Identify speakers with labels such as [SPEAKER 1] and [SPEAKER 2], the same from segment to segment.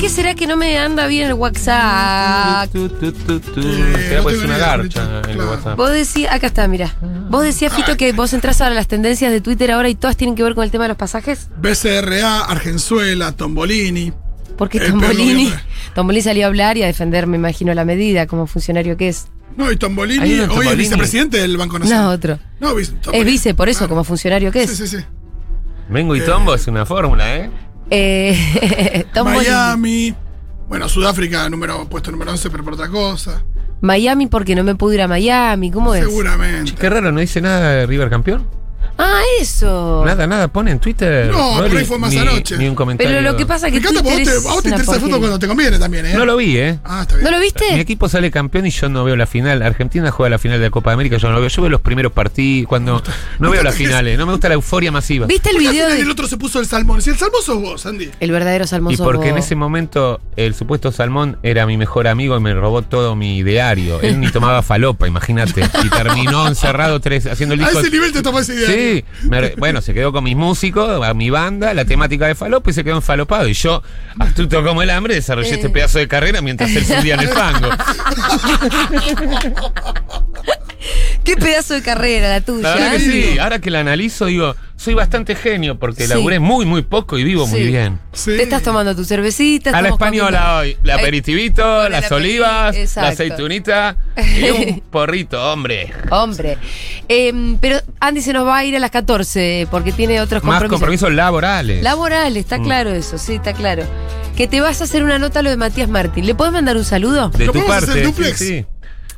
[SPEAKER 1] qué será que no me anda bien el WhatsApp?
[SPEAKER 2] Tu, tu, tu, tu. Será porque es una garcha el
[SPEAKER 3] Claro.
[SPEAKER 2] WhatsApp.
[SPEAKER 1] Vos decís, acá está, mira. Vos decías, Fito, que vos entras ahora a las tendencias de Twitter ahora y todas tienen que ver con el tema de los pasajes.
[SPEAKER 3] BCRA, Argenzuela, Tombolini.
[SPEAKER 1] ¿Por qué
[SPEAKER 3] El perro
[SPEAKER 1] Tombolini?
[SPEAKER 3] guerra.
[SPEAKER 1] Tombolini salió a hablar y a defender, me imagino, la medida como funcionario que es.
[SPEAKER 3] No, y Tombolini,
[SPEAKER 2] Hay uno
[SPEAKER 3] hoy
[SPEAKER 2] en
[SPEAKER 3] es
[SPEAKER 2] Tombolini.
[SPEAKER 3] vicepresidente del Banco
[SPEAKER 1] No,
[SPEAKER 3] Nacional.
[SPEAKER 1] otro.
[SPEAKER 3] No, vice-
[SPEAKER 1] Es
[SPEAKER 3] Tombolini.
[SPEAKER 1] vice, por eso,
[SPEAKER 3] Claro.
[SPEAKER 1] como funcionario que es.
[SPEAKER 3] Sí, sí, sí.
[SPEAKER 2] Vengo y tombo es una fórmula, ¿eh?
[SPEAKER 1] Eh, Tombolini. Miami.
[SPEAKER 3] Miami. Bueno, Sudáfrica, número, puesto número 11, pero por otra cosa.
[SPEAKER 1] porque no me pude ir a Miami, ¿cómo es?
[SPEAKER 3] Seguramente.
[SPEAKER 2] Che, Qué raro, ¿no dice nada de River campeón?
[SPEAKER 1] Ah, eso.
[SPEAKER 2] Nada, nada, pone en Twitter.
[SPEAKER 3] No, por
[SPEAKER 2] Rodri,
[SPEAKER 3] ahí fue más
[SPEAKER 2] ni,
[SPEAKER 3] anoche.
[SPEAKER 2] Ni un comentario.
[SPEAKER 1] Pero lo que pasa es
[SPEAKER 3] Me
[SPEAKER 1] que
[SPEAKER 3] encanta porque
[SPEAKER 1] Twitter
[SPEAKER 3] vos te,
[SPEAKER 1] es
[SPEAKER 3] a vos te
[SPEAKER 1] una
[SPEAKER 3] interesa el fútbol
[SPEAKER 1] porquería.
[SPEAKER 3] cuando te conviene también, ¿eh?
[SPEAKER 2] No lo vi, ¿eh?
[SPEAKER 3] Ah, está bien.
[SPEAKER 1] ¿No lo
[SPEAKER 2] Mi
[SPEAKER 1] viste?
[SPEAKER 2] equipo sale campeón y yo no veo la final. Argentina juega la final de la Copa de América, yo no lo veo. Yo veo los primeros partidos, cuando no veo las finales, no me gusta la euforia masiva.
[SPEAKER 1] ¿Viste el
[SPEAKER 3] ¿Por qué al
[SPEAKER 1] video
[SPEAKER 3] final
[SPEAKER 1] de
[SPEAKER 3] el otro se puso el salmón. Si el salmón sos vos, Andy.
[SPEAKER 1] El verdadero
[SPEAKER 2] Y
[SPEAKER 1] salmoso.
[SPEAKER 2] porque en ese momento el supuesto salmón era mi mejor amigo y me robó todo mi diario. Él ni tomaba falopa, imagínate. Y terminó encerrado tres, haciendo el
[SPEAKER 3] A
[SPEAKER 2] disco.
[SPEAKER 3] ese nivel te tomas idea.
[SPEAKER 2] Sí, me- bueno, se quedó con mis músicos, a mi banda, la temática de falopa y se quedó enfalopado. Y yo, astuto como el hambre, desarrollé
[SPEAKER 1] Eh.
[SPEAKER 2] este pedazo de carrera mientras él subía en el fango.
[SPEAKER 1] Qué pedazo de carrera la tuya.
[SPEAKER 2] La verdad que
[SPEAKER 1] Andy.
[SPEAKER 2] sí, ahora que la analizo, digo, soy bastante genio porque
[SPEAKER 1] Sí.
[SPEAKER 2] laburé muy, muy poco y vivo muy
[SPEAKER 1] Sí.
[SPEAKER 2] bien.
[SPEAKER 3] Sí.
[SPEAKER 1] Te estás tomando tu cervecita.
[SPEAKER 2] A la
[SPEAKER 1] estamos
[SPEAKER 2] española
[SPEAKER 1] comiendo-
[SPEAKER 2] hoy, la
[SPEAKER 1] Ay, Eh, con
[SPEAKER 2] aperitivito,
[SPEAKER 1] el
[SPEAKER 2] las
[SPEAKER 1] aperitivo,
[SPEAKER 2] olivas, la
[SPEAKER 1] exacto.
[SPEAKER 2] aceitunita y un porrito, hombre.
[SPEAKER 1] Hombre. Em, pero Andy se nos va a ir a las 14 porque tiene otros
[SPEAKER 2] Más
[SPEAKER 1] compromisos.
[SPEAKER 2] compromisos Mm. laborales.
[SPEAKER 1] Laboral, está claro eso, sí, está claro. Que te vas a hacer una nota a lo de Matías Martín. ¿Le podés mandar un saludo?
[SPEAKER 2] de
[SPEAKER 3] ¿Lo
[SPEAKER 2] tu
[SPEAKER 3] podemos hacer
[SPEAKER 2] parte.
[SPEAKER 3] duplex?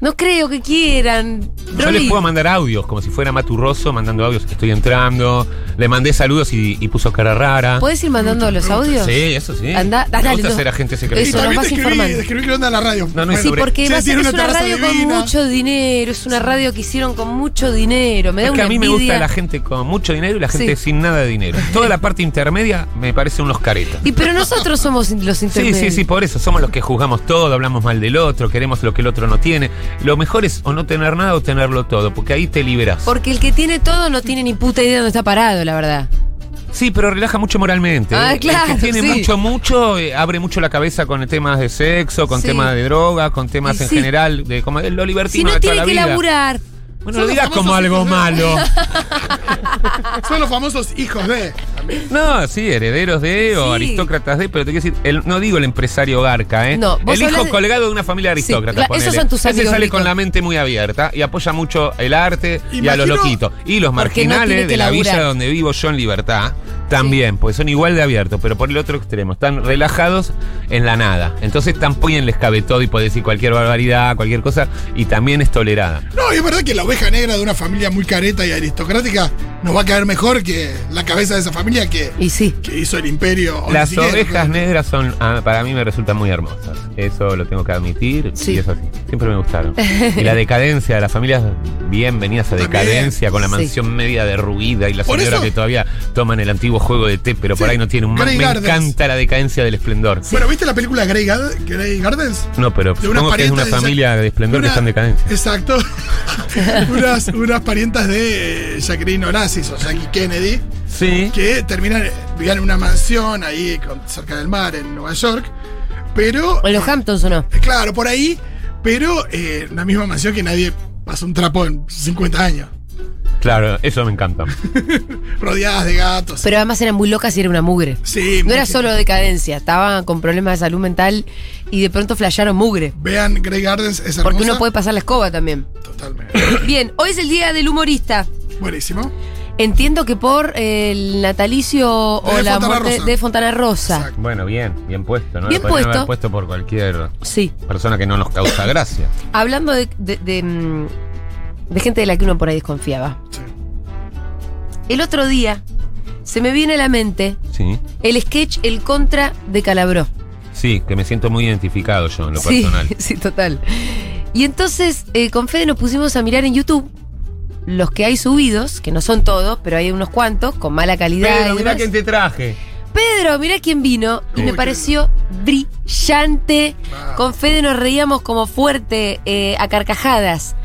[SPEAKER 1] No creo que quieran.
[SPEAKER 2] Yo
[SPEAKER 1] Rolly,
[SPEAKER 2] les puedo mandar audios, como si fuera Maturroso mandando audios. Estoy entrando, le mandé saludos y, y puso cara rara.
[SPEAKER 1] ¿Podés ir mandando los audios?
[SPEAKER 2] Sí, eso sí.
[SPEAKER 1] Andá-
[SPEAKER 2] Me
[SPEAKER 1] dale,
[SPEAKER 2] gusta
[SPEAKER 1] no.
[SPEAKER 2] ser agente secreto.
[SPEAKER 3] Y
[SPEAKER 1] Eso,
[SPEAKER 3] también
[SPEAKER 1] nos vas
[SPEAKER 3] te escribí,
[SPEAKER 1] informando.
[SPEAKER 3] escribí que onda en la radio.
[SPEAKER 2] No, no, es
[SPEAKER 1] Sí,
[SPEAKER 2] sobre-
[SPEAKER 1] porque
[SPEAKER 3] Che,
[SPEAKER 1] más es
[SPEAKER 3] tiene
[SPEAKER 1] una
[SPEAKER 3] una terraza
[SPEAKER 1] radio
[SPEAKER 3] divina.
[SPEAKER 1] con mucho dinero, es una radio que hicieron con mucho dinero. Me da
[SPEAKER 2] Es que
[SPEAKER 1] una
[SPEAKER 2] a mí me
[SPEAKER 1] envidia.
[SPEAKER 2] gusta la gente con mucho dinero y la gente
[SPEAKER 1] Sí.
[SPEAKER 2] sin nada de dinero. Toda la parte intermedia me parece unos caretas.
[SPEAKER 1] Y pero nosotros somos in- los
[SPEAKER 2] Sí,
[SPEAKER 1] intermedios.
[SPEAKER 2] sí, sí, por eso. Somos los que juzgamos todo, hablamos mal del otro, queremos lo que el otro no tiene. Lo mejor es o no tener nada o tenerlo todo, porque ahí te liberás.
[SPEAKER 1] Porque el que tiene todo no tiene ni puta idea de dónde está parado, la verdad.
[SPEAKER 2] Sí, pero relaja mucho moralmente. ¿eh?
[SPEAKER 1] Ah,
[SPEAKER 2] El que
[SPEAKER 1] claro,
[SPEAKER 2] tiene
[SPEAKER 1] sí.
[SPEAKER 2] mucho, mucho, eh, abre mucho la cabeza con temas de sexo, con
[SPEAKER 1] Sí.
[SPEAKER 2] temas de drogas, con temas
[SPEAKER 1] Y
[SPEAKER 2] en
[SPEAKER 1] sí.
[SPEAKER 2] general, de como de lo
[SPEAKER 1] Si
[SPEAKER 2] libertino
[SPEAKER 1] no
[SPEAKER 2] de toda
[SPEAKER 1] tiene
[SPEAKER 2] la
[SPEAKER 1] que
[SPEAKER 2] vida.
[SPEAKER 1] laburar.
[SPEAKER 2] Bueno,
[SPEAKER 3] Son
[SPEAKER 2] lo
[SPEAKER 3] los
[SPEAKER 2] digas como
[SPEAKER 3] famosos
[SPEAKER 2] algo
[SPEAKER 3] hijos de-
[SPEAKER 2] malo.
[SPEAKER 3] Son los famosos hijos de.
[SPEAKER 2] No, sí, herederos de o
[SPEAKER 1] Sí.
[SPEAKER 2] aristócratas de, pero te quiero decir, el- no digo el empresario garca, ¿eh?
[SPEAKER 1] No, vos
[SPEAKER 2] el hijo
[SPEAKER 1] hablás de-
[SPEAKER 2] colgado de una familia aristócrata.
[SPEAKER 1] Sí, claro, esos
[SPEAKER 2] ponele.
[SPEAKER 1] son tus
[SPEAKER 2] Ese
[SPEAKER 1] amigos
[SPEAKER 2] sale
[SPEAKER 1] ricos.
[SPEAKER 2] con la mente muy abierta y apoya mucho el arte y a los
[SPEAKER 3] Imagino-
[SPEAKER 2] loquitos. Y los
[SPEAKER 1] Porque no
[SPEAKER 2] marginales
[SPEAKER 1] tiene que
[SPEAKER 2] de la
[SPEAKER 1] laburar.
[SPEAKER 2] villa donde vivo yo en libertad también, porque son igual de abiertos, pero por el otro extremo, están relajados en la nada. Entonces también les cabe todo y puede decir cualquier barbaridad, cualquier cosa, y también es tolerada.
[SPEAKER 3] No, y es verdad que la oveja negra de una familia muy careta y aristocrática nos va a caer mejor que la cabeza de esa familia que,
[SPEAKER 1] Y sí.
[SPEAKER 3] que hizo el imperio. o ni
[SPEAKER 2] Las
[SPEAKER 3] siquiera-
[SPEAKER 2] ovejas negras son, ah, para mí me resultan muy hermosas. Eso lo tengo que admitir.
[SPEAKER 1] Sí.
[SPEAKER 2] Y es así. Siempre me gustaron. Y la decadencia de las familias, bienvenidas a
[SPEAKER 3] También.
[SPEAKER 2] decadencia, con la
[SPEAKER 1] Sí.
[SPEAKER 2] mansión media derruida y las
[SPEAKER 3] Por
[SPEAKER 2] señoras
[SPEAKER 3] eso-
[SPEAKER 2] que todavía toman el antiguo juego de té, pero por
[SPEAKER 3] Sí,
[SPEAKER 2] ahí no tienen un man-
[SPEAKER 3] Grey
[SPEAKER 2] Me
[SPEAKER 3] Gardens.
[SPEAKER 2] encanta la decadencia del esplendor.
[SPEAKER 3] Bueno, ¿viste la película Grey, Gard- Grey Gardens?
[SPEAKER 2] No, pero
[SPEAKER 3] De unas
[SPEAKER 2] supongo que es una
[SPEAKER 3] parientas de-
[SPEAKER 2] familia de esplendor
[SPEAKER 3] una-
[SPEAKER 2] que está en decadencia.
[SPEAKER 3] Exacto. unas, unas parientas de eh, Jacqueline Onassis o Jackie Kennedy
[SPEAKER 2] Sí.
[SPEAKER 3] que terminan, eh, vivían en una mansión ahí con- cerca del mar en Nueva York. Pero,
[SPEAKER 1] ¿O en los Hamptons o no?
[SPEAKER 3] eh, claro, por ahí, pero eh, una misma mansión que nadie pasó un trapo en 50 años.
[SPEAKER 2] Claro, eso me encanta.
[SPEAKER 3] Rodeadas de gatos.
[SPEAKER 1] Pero además eran muy locas y era una mugre.
[SPEAKER 3] sí,
[SPEAKER 1] No era
[SPEAKER 3] mucho.
[SPEAKER 1] solo decadencia, estaban con problemas de salud mental y de pronto flasharon mugre.
[SPEAKER 3] Vean Grey Gardens, es hermosa.
[SPEAKER 1] Porque uno puede pasar la escoba también.
[SPEAKER 3] Totalmente.
[SPEAKER 1] Bien, hoy es el día del humorista.
[SPEAKER 3] Buenísimo.
[SPEAKER 1] Entiendo que por el natalicio o
[SPEAKER 3] De
[SPEAKER 1] la
[SPEAKER 3] Fontana
[SPEAKER 1] muerte
[SPEAKER 3] Rosa.
[SPEAKER 1] de Fontana Rosa.
[SPEAKER 3] Exacto.
[SPEAKER 2] Bueno, bien, bien puesto, ¿no?
[SPEAKER 1] Bien
[SPEAKER 2] Lo podrían haber
[SPEAKER 1] puesto.
[SPEAKER 2] puesto por cualquier
[SPEAKER 1] Sí.
[SPEAKER 2] persona que no nos causa gracia.
[SPEAKER 1] Hablando de, de- de, mm, de gente de la que uno por ahí desconfiaba.
[SPEAKER 3] Sí.
[SPEAKER 1] El otro día se me viene a la mente
[SPEAKER 2] Sí.
[SPEAKER 1] el sketch El Contra de Calabró.
[SPEAKER 2] Sí, que me siento muy identificado yo en lo
[SPEAKER 1] sí,
[SPEAKER 2] personal.
[SPEAKER 1] sí, total. Y entonces eh, con Fede nos pusimos a mirar en YouTube los que hay subidos, que no son todos, pero hay unos cuantos con mala calidad. y demás.
[SPEAKER 2] te traje.
[SPEAKER 1] Pedro, mirá quién vino y
[SPEAKER 3] Uy,
[SPEAKER 1] me
[SPEAKER 3] qué
[SPEAKER 1] pareció brillante.
[SPEAKER 3] Wow.
[SPEAKER 1] Con Fede nos reíamos como fuerte eh, a carcajadas.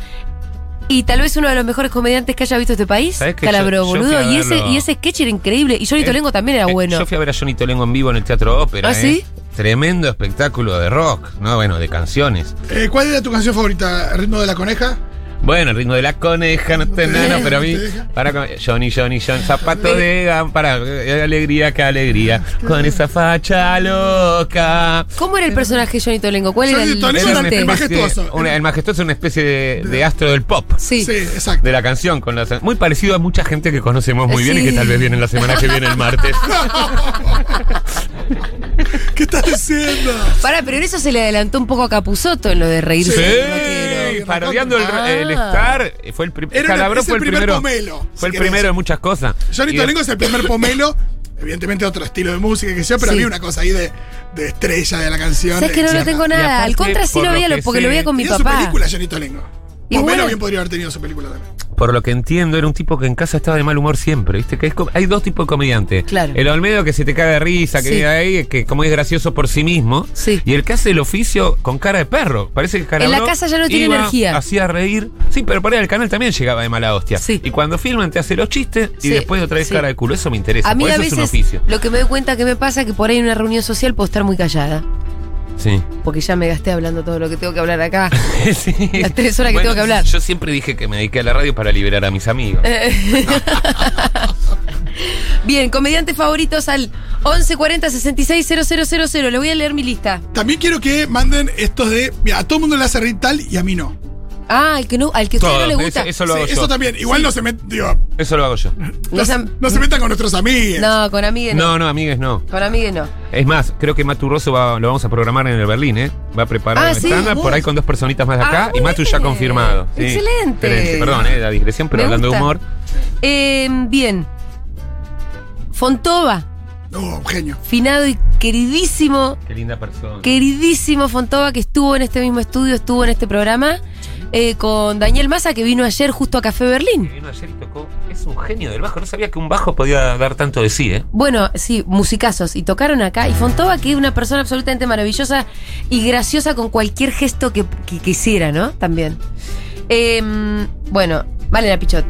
[SPEAKER 1] Y tal vez uno de los mejores comediantes que haya visto este país,
[SPEAKER 2] ¿Sabés que
[SPEAKER 1] Calabro,
[SPEAKER 2] yo- yo fui
[SPEAKER 1] boludo.
[SPEAKER 2] a
[SPEAKER 1] y, ese,
[SPEAKER 2] verlo.
[SPEAKER 1] y ese sketch era increíble. Y Johnny
[SPEAKER 2] Eh,
[SPEAKER 1] Tolengo también era
[SPEAKER 2] Eh,
[SPEAKER 1] bueno.
[SPEAKER 2] Yo fui a ver a Johnny Tolengo en vivo en el Teatro Ópera.
[SPEAKER 1] ¿Ah,
[SPEAKER 2] eh.
[SPEAKER 1] sí?
[SPEAKER 2] Tremendo espectáculo de rock, ¿no? Bueno, de canciones.
[SPEAKER 3] Eh, ¿Cuál era tu canción favorita? ¿El ¿Ritmo de la coneja?
[SPEAKER 2] Bueno, el ritmo de la coneja, no te nada, pero a mí. Para, con- Johnny, Johnny, Johnny, zapato de para eh, alegría, qué alegría, con esa facha loca.
[SPEAKER 1] ¿Cómo era el personaje de Johnny Tolengo? ¿Cuál era
[SPEAKER 3] Johnny
[SPEAKER 1] el
[SPEAKER 3] Tolengo
[SPEAKER 2] Era una
[SPEAKER 3] El
[SPEAKER 1] chiste?
[SPEAKER 3] más-
[SPEAKER 2] especie-
[SPEAKER 3] majestuoso.
[SPEAKER 2] una- el majestuoso es una especie de, de astro del pop.
[SPEAKER 1] Sí.
[SPEAKER 3] Sí, exacto.
[SPEAKER 2] De la canción, con las, muy parecido a mucha gente que conocemos muy bien
[SPEAKER 1] Eh, Sí.
[SPEAKER 2] y que tal vez vienen la semana que viene el martes.
[SPEAKER 3] ¿Qué estás diciendo?
[SPEAKER 1] Pará, pero en eso se le adelantó un poco a Capuzotto en lo de reírse.
[SPEAKER 2] Sí,
[SPEAKER 1] del notero.
[SPEAKER 2] parodiando el, el
[SPEAKER 1] Ah.
[SPEAKER 2] Star, eh, fue el, prim-
[SPEAKER 3] Era una-
[SPEAKER 2] Calabró
[SPEAKER 3] es
[SPEAKER 2] fue
[SPEAKER 3] el
[SPEAKER 2] el
[SPEAKER 3] primer
[SPEAKER 2] primero.
[SPEAKER 3] pomelo, si
[SPEAKER 2] fue el
[SPEAKER 3] querés.
[SPEAKER 2] primero de muchas cosas.
[SPEAKER 3] Johnny
[SPEAKER 2] Y de-
[SPEAKER 3] Tolengo es el primer pomelo. Evidentemente otro estilo de música que sea, pero
[SPEAKER 1] Sí.
[SPEAKER 3] había una cosa ahí de, de estrella de la canción. Eh,
[SPEAKER 1] ¿Sabes que no lo
[SPEAKER 3] etcétera.
[SPEAKER 1] tengo nada?
[SPEAKER 2] aparte,
[SPEAKER 1] Al contra sí
[SPEAKER 2] por
[SPEAKER 1] lo
[SPEAKER 2] lo
[SPEAKER 1] veía lo-
[SPEAKER 2] que
[SPEAKER 1] porque
[SPEAKER 2] sé,
[SPEAKER 1] lo veía con mi
[SPEAKER 3] Tenía su
[SPEAKER 1] papá.
[SPEAKER 3] película Johnny Tolengo.
[SPEAKER 1] Y
[SPEAKER 3] Pomelo
[SPEAKER 1] bueno.
[SPEAKER 3] bien podría haber tenido su película también.
[SPEAKER 2] Por lo que entiendo, era un tipo que en casa estaba de mal humor siempre, ¿viste? Que es co- hay dos tipos de comediantes.
[SPEAKER 1] Claro.
[SPEAKER 2] El Olmedo que se te cae de risa, que
[SPEAKER 1] Sí.
[SPEAKER 2] vive ahí, que como es gracioso por sí mismo.
[SPEAKER 1] Sí.
[SPEAKER 2] Y el que hace el oficio con cara de perro. Parece que Calabró
[SPEAKER 1] En la casa ya no tiene
[SPEAKER 2] iba,
[SPEAKER 1] energía.
[SPEAKER 2] Hacía reír. Sí, pero para el canal también llegaba de mala hostia.
[SPEAKER 1] Sí.
[SPEAKER 2] Y cuando filman te hace los chistes
[SPEAKER 1] Sí,
[SPEAKER 2] y después otra vez
[SPEAKER 1] sí.
[SPEAKER 2] cara de culo. Eso me interesa.
[SPEAKER 1] A mí
[SPEAKER 2] por
[SPEAKER 1] a
[SPEAKER 2] eso es un
[SPEAKER 1] veces
[SPEAKER 2] oficio.
[SPEAKER 1] lo que me doy cuenta que me pasa es que por ahí en una reunión social puedo estar muy callada.
[SPEAKER 2] Sí.
[SPEAKER 1] Porque ya me gasté hablando todo lo que tengo que hablar acá.
[SPEAKER 2] Sí.
[SPEAKER 1] Las tres horas que tengo que hablar. Eh,
[SPEAKER 2] Yo siempre dije que me dediqué a la radio para liberar a mis amigos.
[SPEAKER 1] Bien, comediantes favoritos al 1140 66 000. Le voy a leer mi lista.
[SPEAKER 3] También quiero que manden estos de. Mira, a todo el mundo le hace reír tal y a mí no.
[SPEAKER 1] Ah, al que no, al que a usted no
[SPEAKER 2] Todo,
[SPEAKER 1] le
[SPEAKER 2] eso,
[SPEAKER 1] gusta.
[SPEAKER 2] eso lo
[SPEAKER 3] Sí,
[SPEAKER 2] hago yo.
[SPEAKER 3] eso también. Igual no se met- digo,
[SPEAKER 2] Eso lo hago yo.
[SPEAKER 1] no,
[SPEAKER 3] no, se-
[SPEAKER 1] sean-
[SPEAKER 3] no se metan con nuestros amigos.
[SPEAKER 1] no, con amigues no.
[SPEAKER 2] No, no, amigues, no.
[SPEAKER 1] Con amigues no.
[SPEAKER 2] Es más, creo que Maturroso va, lo vamos a programar en el Berlín, ¿eh? Va a preparar
[SPEAKER 1] Ah,
[SPEAKER 2] el
[SPEAKER 1] sí,
[SPEAKER 2] estándar
[SPEAKER 1] vos.
[SPEAKER 2] por ahí con dos personitas más de
[SPEAKER 1] Ah,
[SPEAKER 2] acá y
[SPEAKER 1] muy
[SPEAKER 2] Matu ya
[SPEAKER 1] bien.
[SPEAKER 2] confirmado. Sí.
[SPEAKER 1] Excelente.
[SPEAKER 2] Excelente. Perdón, ¿eh? La digresión, pero
[SPEAKER 1] Me
[SPEAKER 2] hablando
[SPEAKER 1] gusta.
[SPEAKER 2] de humor.
[SPEAKER 1] Eh, bien. Fontova,
[SPEAKER 3] No, un genio.
[SPEAKER 1] finado y queridísimo
[SPEAKER 2] Qué linda persona.
[SPEAKER 1] queridísimo Fontova que estuvo en este mismo estudio, estuvo en este programa, eh, con Daniel Massa que vino ayer justo a Café
[SPEAKER 2] Que
[SPEAKER 1] Berlín.
[SPEAKER 2] vino ayer y tocó. Es un genio del bajo. No sabía que un bajo podía dar tanto de sí, ¿eh?
[SPEAKER 1] Bueno, sí, musicazos, y tocaron acá. Y Fontova, que es una persona absolutamente maravillosa y graciosa con cualquier gesto que, que quisiera, ¿no? También. Em, bueno, Valera Pichot,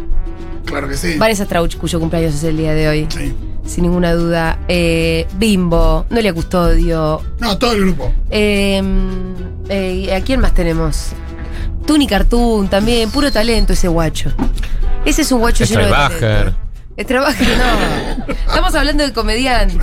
[SPEAKER 3] Claro que sí.
[SPEAKER 1] Vanessa Trauch, cuyo cumpleaños es el día de hoy,
[SPEAKER 3] Sí.
[SPEAKER 1] sin ninguna duda. eh, Bimbo, Noelia Custodio,
[SPEAKER 3] No, todo el grupo.
[SPEAKER 1] Eh, eh, ¿A quién más tenemos? Tuni Cartoon también, puro talento ese guacho. Ese es un guacho
[SPEAKER 2] Es
[SPEAKER 1] lleno
[SPEAKER 2] Trabajar.
[SPEAKER 1] de talento. Es Trabajar, no. Estamos hablando de comediante.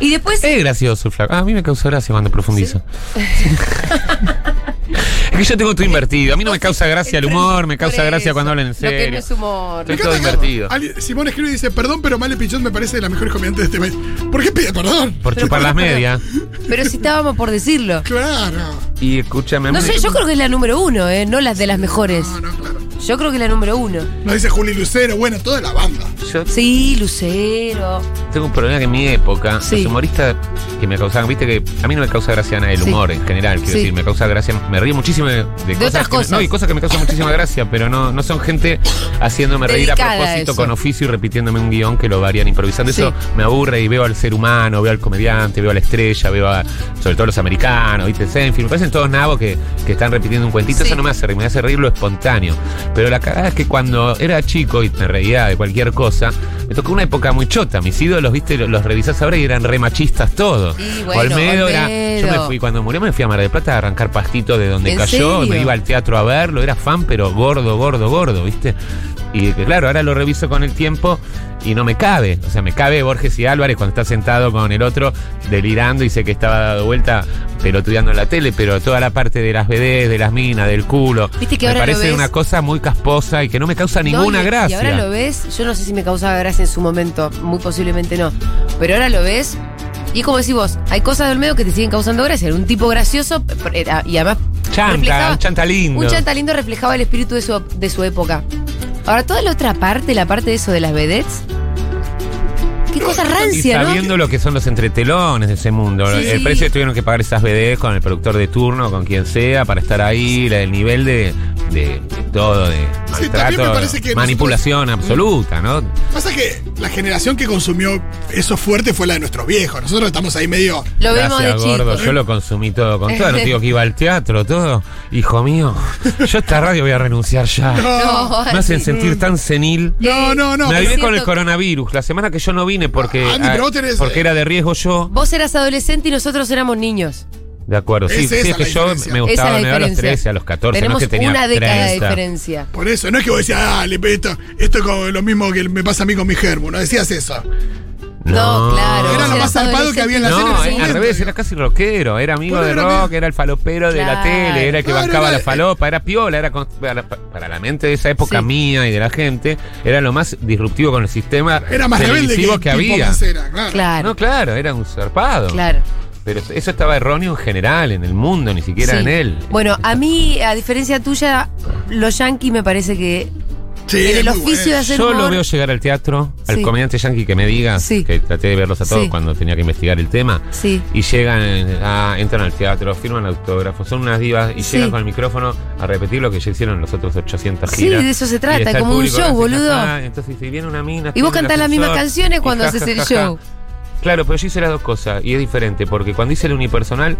[SPEAKER 1] Y después,
[SPEAKER 2] Es gracioso, Flaco. Ah, a mí me causa gracia cuando profundizo. es que yo tengo todo invertido. A mí no me causa gracia el humor, me causa
[SPEAKER 1] Por
[SPEAKER 2] gracia
[SPEAKER 1] eso,
[SPEAKER 2] cuando hablan en
[SPEAKER 1] Lo que no
[SPEAKER 2] serio.
[SPEAKER 1] es humor.
[SPEAKER 2] Estoy
[SPEAKER 3] Me
[SPEAKER 2] todo
[SPEAKER 3] encanta que
[SPEAKER 2] invertido.
[SPEAKER 3] alguien- Simón escribe y dice, perdón, pero Male Pichón me parece de las mejores comediantes de este país. ¿Por qué pide perdón?
[SPEAKER 2] Por chupar las medias.
[SPEAKER 1] Pero si estábamos por decirlo.
[SPEAKER 3] Claro.
[SPEAKER 2] Y escúchame,
[SPEAKER 1] No
[SPEAKER 2] me-
[SPEAKER 1] sé, yo creo que es la número uno, eh, no las de las mejores.
[SPEAKER 3] No, no, claro.
[SPEAKER 1] Yo creo que es la número uno.
[SPEAKER 3] Nos dice Juli Lucero, bueno, toda la banda.
[SPEAKER 2] yo
[SPEAKER 1] Sí, Lucero.
[SPEAKER 2] Tengo un problema que en mi época,
[SPEAKER 1] Sí.
[SPEAKER 2] los humoristas que me causaban, viste que a mí no me causa gracia nada el
[SPEAKER 1] Sí.
[SPEAKER 2] humor en general, quiero
[SPEAKER 1] Sí.
[SPEAKER 2] decir, me causa gracia, me río muchísimo de, de cosas.
[SPEAKER 1] otras
[SPEAKER 2] que me-
[SPEAKER 1] cosas.
[SPEAKER 2] no, y cosas que me causan muchísima gracia, pero no, no son gente haciéndome reír a
[SPEAKER 1] Dedicada a
[SPEAKER 2] propósito
[SPEAKER 1] eso.
[SPEAKER 2] con oficio y repitiéndome un guión que lo varían improvisando. Eso
[SPEAKER 1] Sí.
[SPEAKER 2] me aburre y veo al ser humano, veo al comediante, veo a la estrella, veo a, sobre todo a los americanos, viste, Seinfeld, me parecen todos nabos que, que están repitiendo un cuentito,
[SPEAKER 1] Sí.
[SPEAKER 2] eso no me hace reír, me hace reír lo espontáneo. Pero la cagada es que cuando era chico y me reía de cualquier cosa, me tocó una época muy chota. Mis ídolos, viste, los, los revisás ahora y eran re machistas todos.
[SPEAKER 1] Y bueno,
[SPEAKER 2] era. Yo
[SPEAKER 1] Olmedo.
[SPEAKER 2] me fui, cuando murió me fui a Mar del Plata a arrancar pastitos de donde
[SPEAKER 1] ¿En
[SPEAKER 2] cayó,
[SPEAKER 1] serio?
[SPEAKER 2] me iba al teatro a verlo, era fan, pero gordo, gordo, gordo, viste. Y que, claro, ahora lo reviso con el tiempo y no me cabe. O sea, me cabe Borges y Álvarez cuando está sentado con el otro delirando y sé que estaba dado vuelta pelotudeando en la tele, pero toda la parte de las BDs, de las minas, del culo,
[SPEAKER 1] Viste que
[SPEAKER 2] me
[SPEAKER 1] ahora lo
[SPEAKER 2] parece
[SPEAKER 1] ves-
[SPEAKER 2] una cosa muy casposa y que no me causa ninguna
[SPEAKER 1] No, y-
[SPEAKER 2] gracia.
[SPEAKER 1] Y ahora lo ves, yo no sé si me causaba gracia en su momento, muy posiblemente no. Pero ahora lo ves, y como decís vos, hay cosas del medio que te siguen causando gracia. Era un tipo gracioso pero era- y además.
[SPEAKER 2] Chanta,
[SPEAKER 1] reflejaba-
[SPEAKER 2] un chanta lindo.
[SPEAKER 1] Un chanta lindo reflejaba el espíritu de su, de su época. Ahora, toda la otra parte, la parte de eso de las vedettes. Qué cosa
[SPEAKER 2] Y
[SPEAKER 1] rancia, ¿no?
[SPEAKER 2] sabiendo lo que son los entretelones de ese mundo.
[SPEAKER 1] Sí.
[SPEAKER 2] El precio que tuvieron que pagar esas BDs con el productor de turno, con quien sea, para estar ahí, la- el nivel de, de- de todo, de,
[SPEAKER 3] Sí, también me
[SPEAKER 2] maltrato,
[SPEAKER 3] parece que
[SPEAKER 2] manipulación absoluta, ¿no?
[SPEAKER 3] Pasa que la generación que consumió eso fuerte fue la de nuestros viejos. Nosotros estamos ahí medio.
[SPEAKER 1] Lo
[SPEAKER 2] Gracias,
[SPEAKER 1] vemos de
[SPEAKER 2] gordo.
[SPEAKER 1] chicos.
[SPEAKER 2] Yo lo consumí todo con todo. No te digo que iba al teatro, todo. Hijo mío, yo a esta radio voy a renunciar ya.
[SPEAKER 1] No,
[SPEAKER 2] Me hacen sentir tan senil.
[SPEAKER 3] No, no, no.
[SPEAKER 2] Me
[SPEAKER 1] es
[SPEAKER 2] avivé con el
[SPEAKER 1] cierto.
[SPEAKER 2] coronavirus. La semana que yo no vine porque,
[SPEAKER 3] Andy, pero vos tenés,
[SPEAKER 2] porque
[SPEAKER 3] eh,
[SPEAKER 2] era de riesgo yo.
[SPEAKER 1] Vos eras adolescente y nosotros éramos niños.
[SPEAKER 2] De acuerdo. Sí,
[SPEAKER 3] Es
[SPEAKER 2] sí,
[SPEAKER 3] esa
[SPEAKER 2] es que
[SPEAKER 3] la
[SPEAKER 2] yo
[SPEAKER 3] diferencia.
[SPEAKER 1] Esa
[SPEAKER 2] me
[SPEAKER 1] es
[SPEAKER 2] gustaba,
[SPEAKER 1] la
[SPEAKER 2] me daba a los
[SPEAKER 1] diferencia.
[SPEAKER 2] 13, a los 14. no
[SPEAKER 1] Tenemos
[SPEAKER 2] es que tenía
[SPEAKER 1] una década de
[SPEAKER 2] 30.
[SPEAKER 1] diferencia.
[SPEAKER 3] Por eso, no es que vos decías, dale, esto, esto es como lo mismo que me pasa a mí con mi germo. No decías eso.
[SPEAKER 1] No, claro.
[SPEAKER 3] Era lo
[SPEAKER 1] Eras
[SPEAKER 3] más zarpado que había en la
[SPEAKER 1] No,
[SPEAKER 3] serie en ese
[SPEAKER 2] No,
[SPEAKER 1] eh,
[SPEAKER 2] al
[SPEAKER 3] momento.
[SPEAKER 2] revés, era casi rockero, era amigo
[SPEAKER 3] Bueno,
[SPEAKER 2] de
[SPEAKER 3] era
[SPEAKER 2] rock,
[SPEAKER 3] amigo.
[SPEAKER 2] era el falopero de
[SPEAKER 1] Claro.
[SPEAKER 2] la tele, era el que
[SPEAKER 3] Claro,
[SPEAKER 2] bancaba
[SPEAKER 3] era-
[SPEAKER 2] la falopa, era piola, era con- para, la- para la mente de esa época
[SPEAKER 1] Sí.
[SPEAKER 2] mía y de la gente, era lo más disruptivo con el sistema
[SPEAKER 3] Era más rebelde que,
[SPEAKER 2] televisivo que,
[SPEAKER 3] tipo
[SPEAKER 2] había.
[SPEAKER 3] Mancera, claro.
[SPEAKER 1] Claro,
[SPEAKER 2] No, claro, era un zarpado.
[SPEAKER 1] claro.
[SPEAKER 2] Pero eso estaba erróneo en general, en el mundo, ni siquiera
[SPEAKER 1] Sí.
[SPEAKER 2] en él.
[SPEAKER 1] Bueno, a mí, a diferencia tuya, los yankees me parece que
[SPEAKER 3] Sí,
[SPEAKER 1] en el
[SPEAKER 3] es muy
[SPEAKER 1] oficio de
[SPEAKER 3] bueno.
[SPEAKER 1] hacer
[SPEAKER 2] Yo
[SPEAKER 1] humor-
[SPEAKER 2] lo veo llegar al teatro, al
[SPEAKER 1] Sí.
[SPEAKER 2] comediante yankee que me diga,
[SPEAKER 1] Sí.
[SPEAKER 2] que traté de verlos a todos
[SPEAKER 1] Sí.
[SPEAKER 2] cuando tenía que investigar el tema.
[SPEAKER 1] Sí.
[SPEAKER 2] Y llegan, ah, entran al teatro, firman autógrafos, son unas divas y
[SPEAKER 1] Sí.
[SPEAKER 2] llegan con el micrófono a repetir lo que ya hicieron los otros 800
[SPEAKER 1] Sí,
[SPEAKER 2] giras.
[SPEAKER 1] de eso se
[SPEAKER 2] Y
[SPEAKER 1] trata,
[SPEAKER 2] está el
[SPEAKER 1] como un
[SPEAKER 2] público
[SPEAKER 1] show,
[SPEAKER 2] así,
[SPEAKER 1] boludo.
[SPEAKER 2] ah, entonces si viene una mina...
[SPEAKER 1] Y vos
[SPEAKER 2] prende
[SPEAKER 1] cantás
[SPEAKER 2] el
[SPEAKER 1] las mismas
[SPEAKER 2] ascensor,
[SPEAKER 1] canciones
[SPEAKER 2] y
[SPEAKER 1] cuando
[SPEAKER 2] ja,
[SPEAKER 1] haces
[SPEAKER 2] ja,
[SPEAKER 1] el
[SPEAKER 2] ja, ja.
[SPEAKER 1] show.
[SPEAKER 2] Claro, pero yo hice las dos cosas y es diferente, porque cuando hice el unipersonal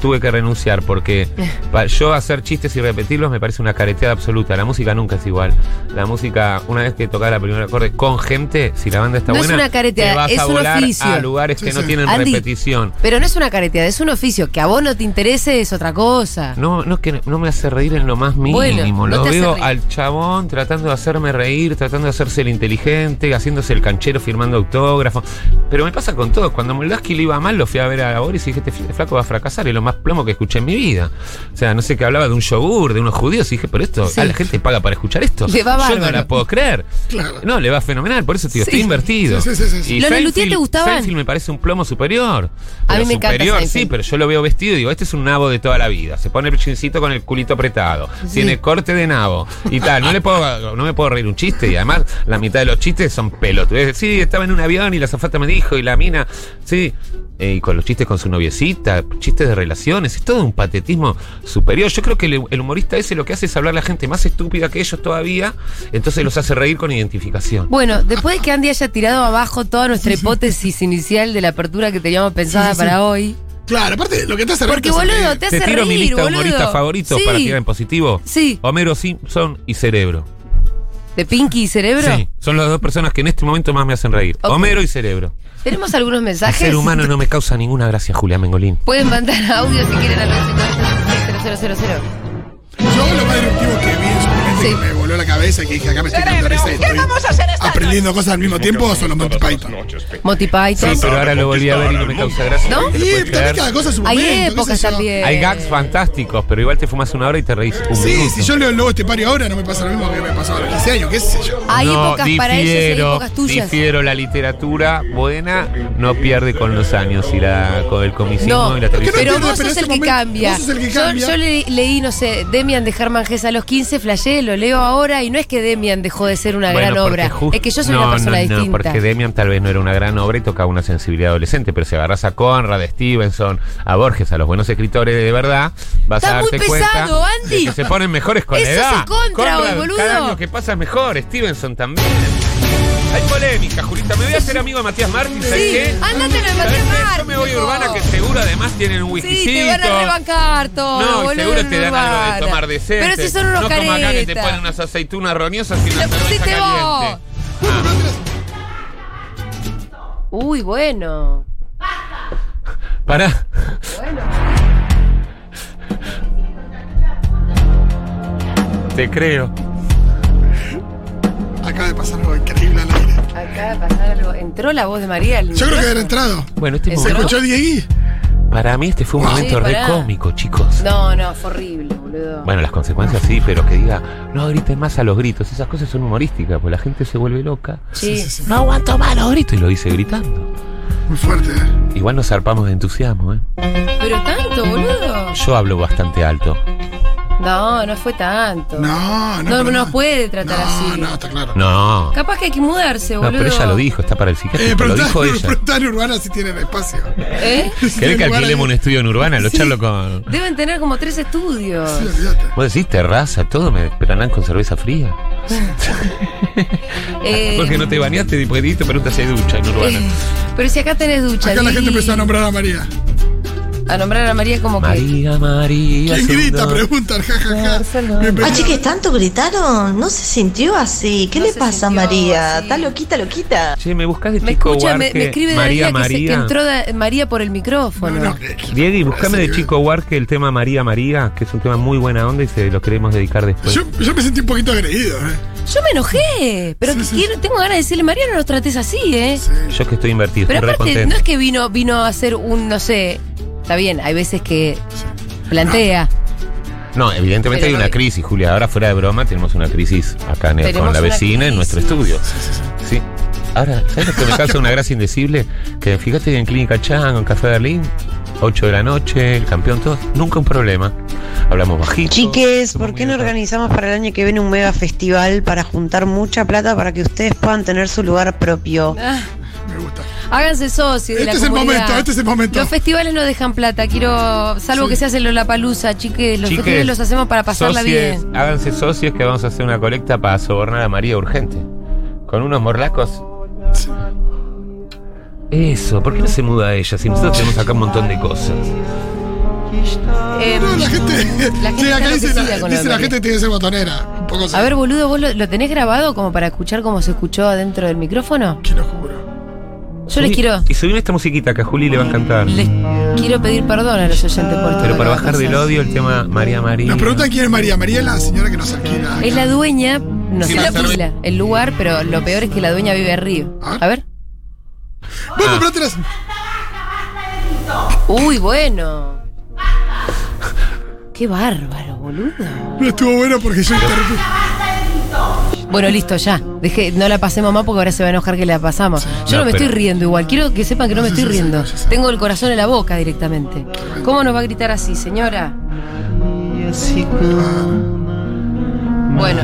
[SPEAKER 2] tuve que renunciar, porque pa- yo hacer chistes y repetirlos me parece una careteada absoluta. La música nunca es igual. La música, una vez que tocas la primera acorde con gente, si la banda está
[SPEAKER 1] No es
[SPEAKER 2] buena,
[SPEAKER 1] una careteada,
[SPEAKER 2] te vas
[SPEAKER 1] es
[SPEAKER 2] a
[SPEAKER 1] un
[SPEAKER 2] volar
[SPEAKER 1] oficio.
[SPEAKER 2] a lugares
[SPEAKER 3] Sí,
[SPEAKER 2] que no
[SPEAKER 3] sí.
[SPEAKER 2] tienen
[SPEAKER 1] Andy.
[SPEAKER 2] repetición.
[SPEAKER 1] Pero no es una careteada, es un oficio. Que a vos no te interese es otra cosa.
[SPEAKER 2] No, no es que no me hace reír en lo más mínimo.
[SPEAKER 1] Bueno, no
[SPEAKER 2] lo
[SPEAKER 1] te hace
[SPEAKER 2] veo
[SPEAKER 1] reír.
[SPEAKER 2] al chabón tratando de hacerme reír, tratando de hacerse el inteligente, haciéndose el canchero, firmando autógrafos. Pero me pasa con todos. Cuando Moldaski le iba mal, lo fui a ver a Boris y dije, este fl- flaco va a fracasar. Es lo más plomo que escuché en mi vida. O sea, no sé que hablaba de un yogur, de unos judíos. Y dije, pero esto,
[SPEAKER 1] Sí.
[SPEAKER 2] ah, la gente paga para escuchar esto.
[SPEAKER 1] Le va
[SPEAKER 2] Yo no
[SPEAKER 1] bárbaro.
[SPEAKER 2] la puedo creer.
[SPEAKER 3] Claro.
[SPEAKER 2] No, le va fenomenal. Por eso, tío,
[SPEAKER 1] Sí.
[SPEAKER 2] estoy invertido.
[SPEAKER 3] Sí, sí, sí, sí.
[SPEAKER 2] Y
[SPEAKER 1] ¿Los
[SPEAKER 2] Seinfeld-
[SPEAKER 1] Lelutier te gustaban?
[SPEAKER 2] Seinfeld me parece un plomo superior.
[SPEAKER 1] A mí
[SPEAKER 2] Pero
[SPEAKER 1] me encanta
[SPEAKER 2] superior, Sí,
[SPEAKER 1] Seinfeld.
[SPEAKER 2] pero yo lo veo vestido y digo, este es un nabo de toda la vida. Se pone el chincito con el culito apretado.
[SPEAKER 1] Sí.
[SPEAKER 2] Tiene corte de nabo y tal. No le puedo, no me puedo reír un chiste. Y además, la mitad de los chistes son pelotudes. Sí, estaba en un avión y la zafata me dijo, y la mina, sí. Eh, Y con los chistes con su noviecita, chistes de relaciones, es todo un patetismo superior. Yo creo que el, el humorista ese lo que hace es hablar a la gente más estúpida que ellos todavía, entonces los hace reír con identificación.
[SPEAKER 1] Bueno, después de que Andy haya tirado abajo toda nuestra hipótesis inicial de la apertura que teníamos pensada
[SPEAKER 3] Sí, sí, sí.
[SPEAKER 1] para hoy.
[SPEAKER 3] Claro, aparte, lo que te hace reír
[SPEAKER 1] Porque,
[SPEAKER 3] hace
[SPEAKER 1] boludo,
[SPEAKER 3] reír.
[SPEAKER 1] te
[SPEAKER 2] Te
[SPEAKER 1] hace
[SPEAKER 2] tiro
[SPEAKER 1] reír,
[SPEAKER 2] mi lista de
[SPEAKER 1] boludo.
[SPEAKER 2] humoristas favoritos
[SPEAKER 1] Sí,
[SPEAKER 2] para tirar en positivo.
[SPEAKER 1] Sí.
[SPEAKER 2] Homero Simpson y Cerebro.
[SPEAKER 1] ¿De Pinky y Cerebro?
[SPEAKER 2] Sí, son las dos personas que en este momento más me hacen reír.
[SPEAKER 1] Ok.
[SPEAKER 2] Homero y Cerebro.
[SPEAKER 1] ¿Tenemos algunos
[SPEAKER 2] El
[SPEAKER 1] mensajes?
[SPEAKER 2] ser humano no me causa ninguna gracia, Julián Mengolín.
[SPEAKER 1] Pueden mandar audio si quieren al 1140
[SPEAKER 3] Yo lo más disruptivo que vi en su momento
[SPEAKER 1] Sí.
[SPEAKER 3] que me voló la cabeza y que dije, acá me estoy contando esa historia. Aprendiendo cosas al mismo tiempo son los Monty Python.
[SPEAKER 1] Monty Python.
[SPEAKER 2] Sí, pero ahora lo volví a ver y no me causa gracia.
[SPEAKER 1] ¿No? Eh.
[SPEAKER 2] ¿Te lo
[SPEAKER 3] Y
[SPEAKER 2] puedes
[SPEAKER 3] también
[SPEAKER 2] creer?
[SPEAKER 3] cada cosa es un
[SPEAKER 1] Hay
[SPEAKER 3] momento. qué
[SPEAKER 1] épocas
[SPEAKER 3] sé yo.
[SPEAKER 1] también.
[SPEAKER 2] Hay gags fantásticos, pero igual te fumas una hora y te reís un
[SPEAKER 3] Sí,
[SPEAKER 2] minuto.
[SPEAKER 3] si yo leo el lobo estepario ahora no me pasa lo mismo que me pasaba a los 15 años, qué sé yo.
[SPEAKER 1] Hay
[SPEAKER 2] No,
[SPEAKER 1] épocas para ellos y hay
[SPEAKER 2] difiero,
[SPEAKER 1] épocas tuyas.
[SPEAKER 2] Difiero, la literatura buena no pierde con los años y la, con el comicismo
[SPEAKER 1] No,
[SPEAKER 2] y la
[SPEAKER 3] que no
[SPEAKER 2] televisión.
[SPEAKER 1] pero
[SPEAKER 3] pierde,
[SPEAKER 1] vos
[SPEAKER 3] pero
[SPEAKER 1] sos
[SPEAKER 3] ese
[SPEAKER 1] el que
[SPEAKER 3] momento-
[SPEAKER 1] cambia.
[SPEAKER 3] vos sos el que
[SPEAKER 1] Yo-
[SPEAKER 3] cambia.
[SPEAKER 1] Yo, le- leí, no sé, Demian de Germán Gess a los 15, flashé, lo leo ahora y no es que Demian dejó de ser una
[SPEAKER 2] Bueno,
[SPEAKER 1] gran
[SPEAKER 2] porque
[SPEAKER 1] obra.
[SPEAKER 2] justo-
[SPEAKER 1] Es que yo soy
[SPEAKER 2] No,
[SPEAKER 1] una persona
[SPEAKER 2] no, no,
[SPEAKER 1] distinta.
[SPEAKER 2] porque Demian tal vez no era una gran obra y tocaba una sensibilidad adolescente, pero si agarras a Conrad, a Stevenson, a Borges, a los buenos escritores de verdad, vas
[SPEAKER 1] Está
[SPEAKER 2] a
[SPEAKER 1] muy
[SPEAKER 2] darte
[SPEAKER 1] pesado,
[SPEAKER 2] cuenta
[SPEAKER 1] Andy.
[SPEAKER 2] de que se ponen mejores con la
[SPEAKER 1] Eso es
[SPEAKER 2] edad.
[SPEAKER 1] en contra hoy, boludo.
[SPEAKER 2] Cada año que pasa es mejor, Stevenson también. Hay polémica, Julita. Me voy a hacer amigo de Matías Martín, ¿sabes
[SPEAKER 1] Sí,
[SPEAKER 2] qué?
[SPEAKER 1] ándate lo de
[SPEAKER 2] ¿Sabes
[SPEAKER 1] Matías
[SPEAKER 2] qué? Yo
[SPEAKER 1] Martín,
[SPEAKER 2] me voy a
[SPEAKER 1] loco.
[SPEAKER 2] Urbana, que seguro además tienen un whisky.
[SPEAKER 1] Sí, te van a rebancar todo.
[SPEAKER 2] No, y
[SPEAKER 1] boludo,
[SPEAKER 2] seguro
[SPEAKER 1] en
[SPEAKER 2] te dan algo de
[SPEAKER 1] Urbana.
[SPEAKER 2] tomar decente.
[SPEAKER 1] Pero si son unos
[SPEAKER 2] No como acá que te
[SPEAKER 1] caretas.
[SPEAKER 2] ponen unas aceitunas roñosas y una
[SPEAKER 1] Lo
[SPEAKER 2] cerveza
[SPEAKER 1] pusiste
[SPEAKER 2] caliente.
[SPEAKER 1] Uy, bueno.
[SPEAKER 2] Pará. Te creo.
[SPEAKER 3] Acaba de pasar algo increíble al aire.
[SPEAKER 1] Acaba de pasar algo. Entró la voz de María. al
[SPEAKER 3] Yo creo que
[SPEAKER 1] micrófono.
[SPEAKER 3] haber entrado.
[SPEAKER 2] Bueno, este
[SPEAKER 1] ¿Eso
[SPEAKER 3] ¿Se
[SPEAKER 1] ¿No?
[SPEAKER 2] momento,
[SPEAKER 3] escuchó Diegui?
[SPEAKER 2] para mí este fue un
[SPEAKER 1] Sí,
[SPEAKER 2] momento re
[SPEAKER 1] pará.
[SPEAKER 2] cómico, chicos.
[SPEAKER 1] No, no, fue horrible, boludo.
[SPEAKER 2] Bueno, las consecuencias sí, pero que diga, no griten más a los gritos. Esas cosas son humorísticas, porque la gente se vuelve loca.
[SPEAKER 1] sí.
[SPEAKER 2] No aguanto más los gritos y lo dice gritando.
[SPEAKER 3] Muy fuerte. ¿eh?
[SPEAKER 2] Igual nos zarpamos de entusiasmo, ¿eh?
[SPEAKER 1] Pero tanto, boludo.
[SPEAKER 2] Yo hablo bastante alto.
[SPEAKER 1] No, no fue tanto.
[SPEAKER 3] No, no,
[SPEAKER 1] No,
[SPEAKER 3] pero
[SPEAKER 1] no
[SPEAKER 3] no.
[SPEAKER 1] puede tratar así.
[SPEAKER 3] No, no, está claro.
[SPEAKER 2] No.
[SPEAKER 1] Capaz que hay que mudarse,
[SPEAKER 2] No,
[SPEAKER 1] boludo.
[SPEAKER 2] pero ella lo dijo, está para el psiquiatra.
[SPEAKER 3] Eh,
[SPEAKER 2] lo
[SPEAKER 3] preguntá-
[SPEAKER 2] dijo ella.
[SPEAKER 3] preguntá en Urbana si tienen espacio.
[SPEAKER 1] ¿Eh?
[SPEAKER 3] Si
[SPEAKER 2] ¿Querés
[SPEAKER 3] tienen
[SPEAKER 2] que
[SPEAKER 3] lugar
[SPEAKER 2] alquilemos un
[SPEAKER 3] ahí.
[SPEAKER 2] estudio en Urbana? Lo charlo con.
[SPEAKER 1] Deben tener como tres estudios.
[SPEAKER 3] Sí, olvídate.
[SPEAKER 2] Vos decís terraza, todo, me esperarán con cerveza fría.
[SPEAKER 1] Eh,
[SPEAKER 2] Porque no te bañaste, después de esto preguntas si hay ducha en Urbana.
[SPEAKER 1] eh, pero si acá tenés ducha.
[SPEAKER 3] Acá la
[SPEAKER 1] Didi.
[SPEAKER 3] gente empezó a nombrar a María.
[SPEAKER 1] A nombrar a María como que.
[SPEAKER 2] María, María.
[SPEAKER 3] ¿Quién
[SPEAKER 2] segundo.
[SPEAKER 3] grita? Preguntan, jajaja.
[SPEAKER 4] Ah, chiques, ¿tanto gritaron? No se sintió así. ¿Qué
[SPEAKER 1] No
[SPEAKER 4] le
[SPEAKER 1] se
[SPEAKER 4] pasa a
[SPEAKER 1] sintió
[SPEAKER 4] María?
[SPEAKER 1] así.
[SPEAKER 4] ¿Está loquita, loquita?
[SPEAKER 2] Che, me buscas de
[SPEAKER 1] Me
[SPEAKER 2] Chico
[SPEAKER 1] escucha, me,
[SPEAKER 2] Huarque,
[SPEAKER 1] me escribe
[SPEAKER 2] María,
[SPEAKER 1] María, que, se- que
[SPEAKER 2] María.
[SPEAKER 1] entró da- María por el micrófono.
[SPEAKER 2] Diego, y buscame de
[SPEAKER 3] Sí.
[SPEAKER 2] Chico Huarque el tema María, María, que es un tema muy buena onda y se lo queremos dedicar después.
[SPEAKER 3] Yo, yo me sentí un poquito agredido, ¿eh?
[SPEAKER 1] Yo me enojé, pero
[SPEAKER 3] Sí,
[SPEAKER 1] que
[SPEAKER 3] sí.
[SPEAKER 1] quiero- tengo ganas de decirle, María, no nos trates así, ¿eh?
[SPEAKER 3] Sí.
[SPEAKER 2] Yo que estoy invertido,
[SPEAKER 1] Pero
[SPEAKER 2] estoy re
[SPEAKER 1] aparte, no
[SPEAKER 2] contento.
[SPEAKER 1] es que vino, vino a hacer un, no sé, está bien, hay veces que plantea.
[SPEAKER 2] No, evidentemente
[SPEAKER 1] Pero
[SPEAKER 2] hay
[SPEAKER 1] no
[SPEAKER 2] una
[SPEAKER 1] vi-
[SPEAKER 2] crisis, Julia. Ahora fuera de broma, tenemos una crisis acá en el-
[SPEAKER 1] Tenemos
[SPEAKER 2] con
[SPEAKER 1] una
[SPEAKER 2] la vecina en
[SPEAKER 1] crisis.
[SPEAKER 2] nuestro estudio. Sí. Ahora, ¿sabes lo que me causa una gracia indecible? Que fíjate en Clínica Chango, en Café Berlín, 8 de la noche, el campeón, todo, nunca un problema. Hablamos bajito.
[SPEAKER 5] Chiques,
[SPEAKER 2] somos
[SPEAKER 5] ¿por qué
[SPEAKER 2] muy
[SPEAKER 5] no
[SPEAKER 2] acá.
[SPEAKER 5] organizamos para el año que viene un mega festival para juntar mucha plata para que ustedes puedan tener su lugar propio?
[SPEAKER 1] Ah,
[SPEAKER 3] Me gusta.
[SPEAKER 1] háganse socios. de
[SPEAKER 3] Este
[SPEAKER 1] la
[SPEAKER 3] es el
[SPEAKER 1] comunidad.
[SPEAKER 3] momento, este es el momento.
[SPEAKER 1] Los festivales no dejan plata, quiero. Salvo
[SPEAKER 3] Sí.
[SPEAKER 1] que se hacen Lollapalooza, chiques. Los
[SPEAKER 2] Chiques,
[SPEAKER 1] festivales los hacemos para pasarla
[SPEAKER 2] socios,
[SPEAKER 1] bien.
[SPEAKER 2] Háganse socios que vamos a hacer una colecta para sobornar a María urgente. Con unos morlacos. Eso, ¿por qué no se muda ella? Si nosotros tenemos acá un montón de cosas.
[SPEAKER 1] Em,
[SPEAKER 3] No,
[SPEAKER 1] La
[SPEAKER 3] la gente.
[SPEAKER 1] gente
[SPEAKER 3] Sí, acá
[SPEAKER 1] está
[SPEAKER 3] dice
[SPEAKER 1] enloquecida
[SPEAKER 3] la,
[SPEAKER 1] con lo de
[SPEAKER 3] dice la
[SPEAKER 1] María.
[SPEAKER 3] gente que tiene que ser botonera. Un poco
[SPEAKER 1] a ver, boludo, ¿vos lo, lo tenés grabado como para escuchar cómo se escuchó adentro del micrófono?
[SPEAKER 3] Que lo juro.
[SPEAKER 1] Yo les
[SPEAKER 2] Subí-
[SPEAKER 1] quiero.
[SPEAKER 2] Y subime esta musiquita que a Juli le va a encantar.
[SPEAKER 1] Les quiero pedir perdón a los oyentes por todo.
[SPEAKER 2] Pero
[SPEAKER 1] lo que
[SPEAKER 2] para
[SPEAKER 1] va a
[SPEAKER 2] bajar del
[SPEAKER 1] pasar.
[SPEAKER 2] odio, el tema María María.
[SPEAKER 3] Nos preguntan quién es María. María es la señora que nos alquila.
[SPEAKER 1] Es la dueña, no
[SPEAKER 3] Sí,
[SPEAKER 1] sé,
[SPEAKER 3] la
[SPEAKER 1] alquila el lugar, pero lo peor es que la dueña vive arriba.
[SPEAKER 3] Ah.
[SPEAKER 1] A ver.
[SPEAKER 3] Vos comprate las.
[SPEAKER 1] Uy, bueno. Qué bárbaro, boludo.
[SPEAKER 3] No estuvo bueno porque yo interrumpí.
[SPEAKER 1] Bueno, listo, ya. Dejé, no la pasemos más porque ahora se va a enojar que la pasamos. Yo no,
[SPEAKER 2] No,
[SPEAKER 1] me
[SPEAKER 2] pero-
[SPEAKER 1] estoy riendo igual. Quiero que sepan que no me
[SPEAKER 3] Sí,
[SPEAKER 1] estoy
[SPEAKER 3] sí, sí,
[SPEAKER 1] riendo.
[SPEAKER 3] sí, sí.
[SPEAKER 1] Tengo el corazón en la boca directamente. ¿Cómo nos va a gritar así, señora? Ah. Bueno.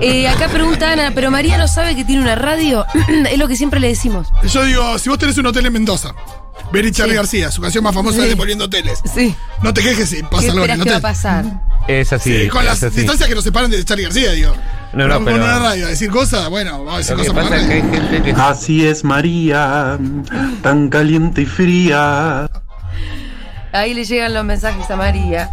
[SPEAKER 1] Eh, acá pregunta Ana, pero María no sabe que tiene una radio. es lo que siempre le decimos.
[SPEAKER 3] Yo digo, si vos tenés un hotel en Mendoza, ver Charlie García, su canción más famosa es de Poniendo Hoteles.
[SPEAKER 1] Sí.
[SPEAKER 3] No te quejes si
[SPEAKER 1] ¿Qué
[SPEAKER 3] pasa algo en
[SPEAKER 1] esperas que
[SPEAKER 3] el
[SPEAKER 1] va
[SPEAKER 3] hotel.
[SPEAKER 1] a pasar?
[SPEAKER 2] Es así.
[SPEAKER 3] Sí, con
[SPEAKER 2] es
[SPEAKER 3] las
[SPEAKER 2] así.
[SPEAKER 3] distancias que nos separan de Charlie García, digo.
[SPEAKER 2] No, no,
[SPEAKER 3] Vamos
[SPEAKER 2] pero-
[SPEAKER 3] con una radio Ah. a decir cosas, bueno, vamos a decir
[SPEAKER 2] Lo que
[SPEAKER 3] cosas más
[SPEAKER 2] pasa es que hay
[SPEAKER 3] grandes.
[SPEAKER 2] gente que.
[SPEAKER 6] Así es María, tan caliente y fría.
[SPEAKER 1] Ahí le llegan los mensajes a María.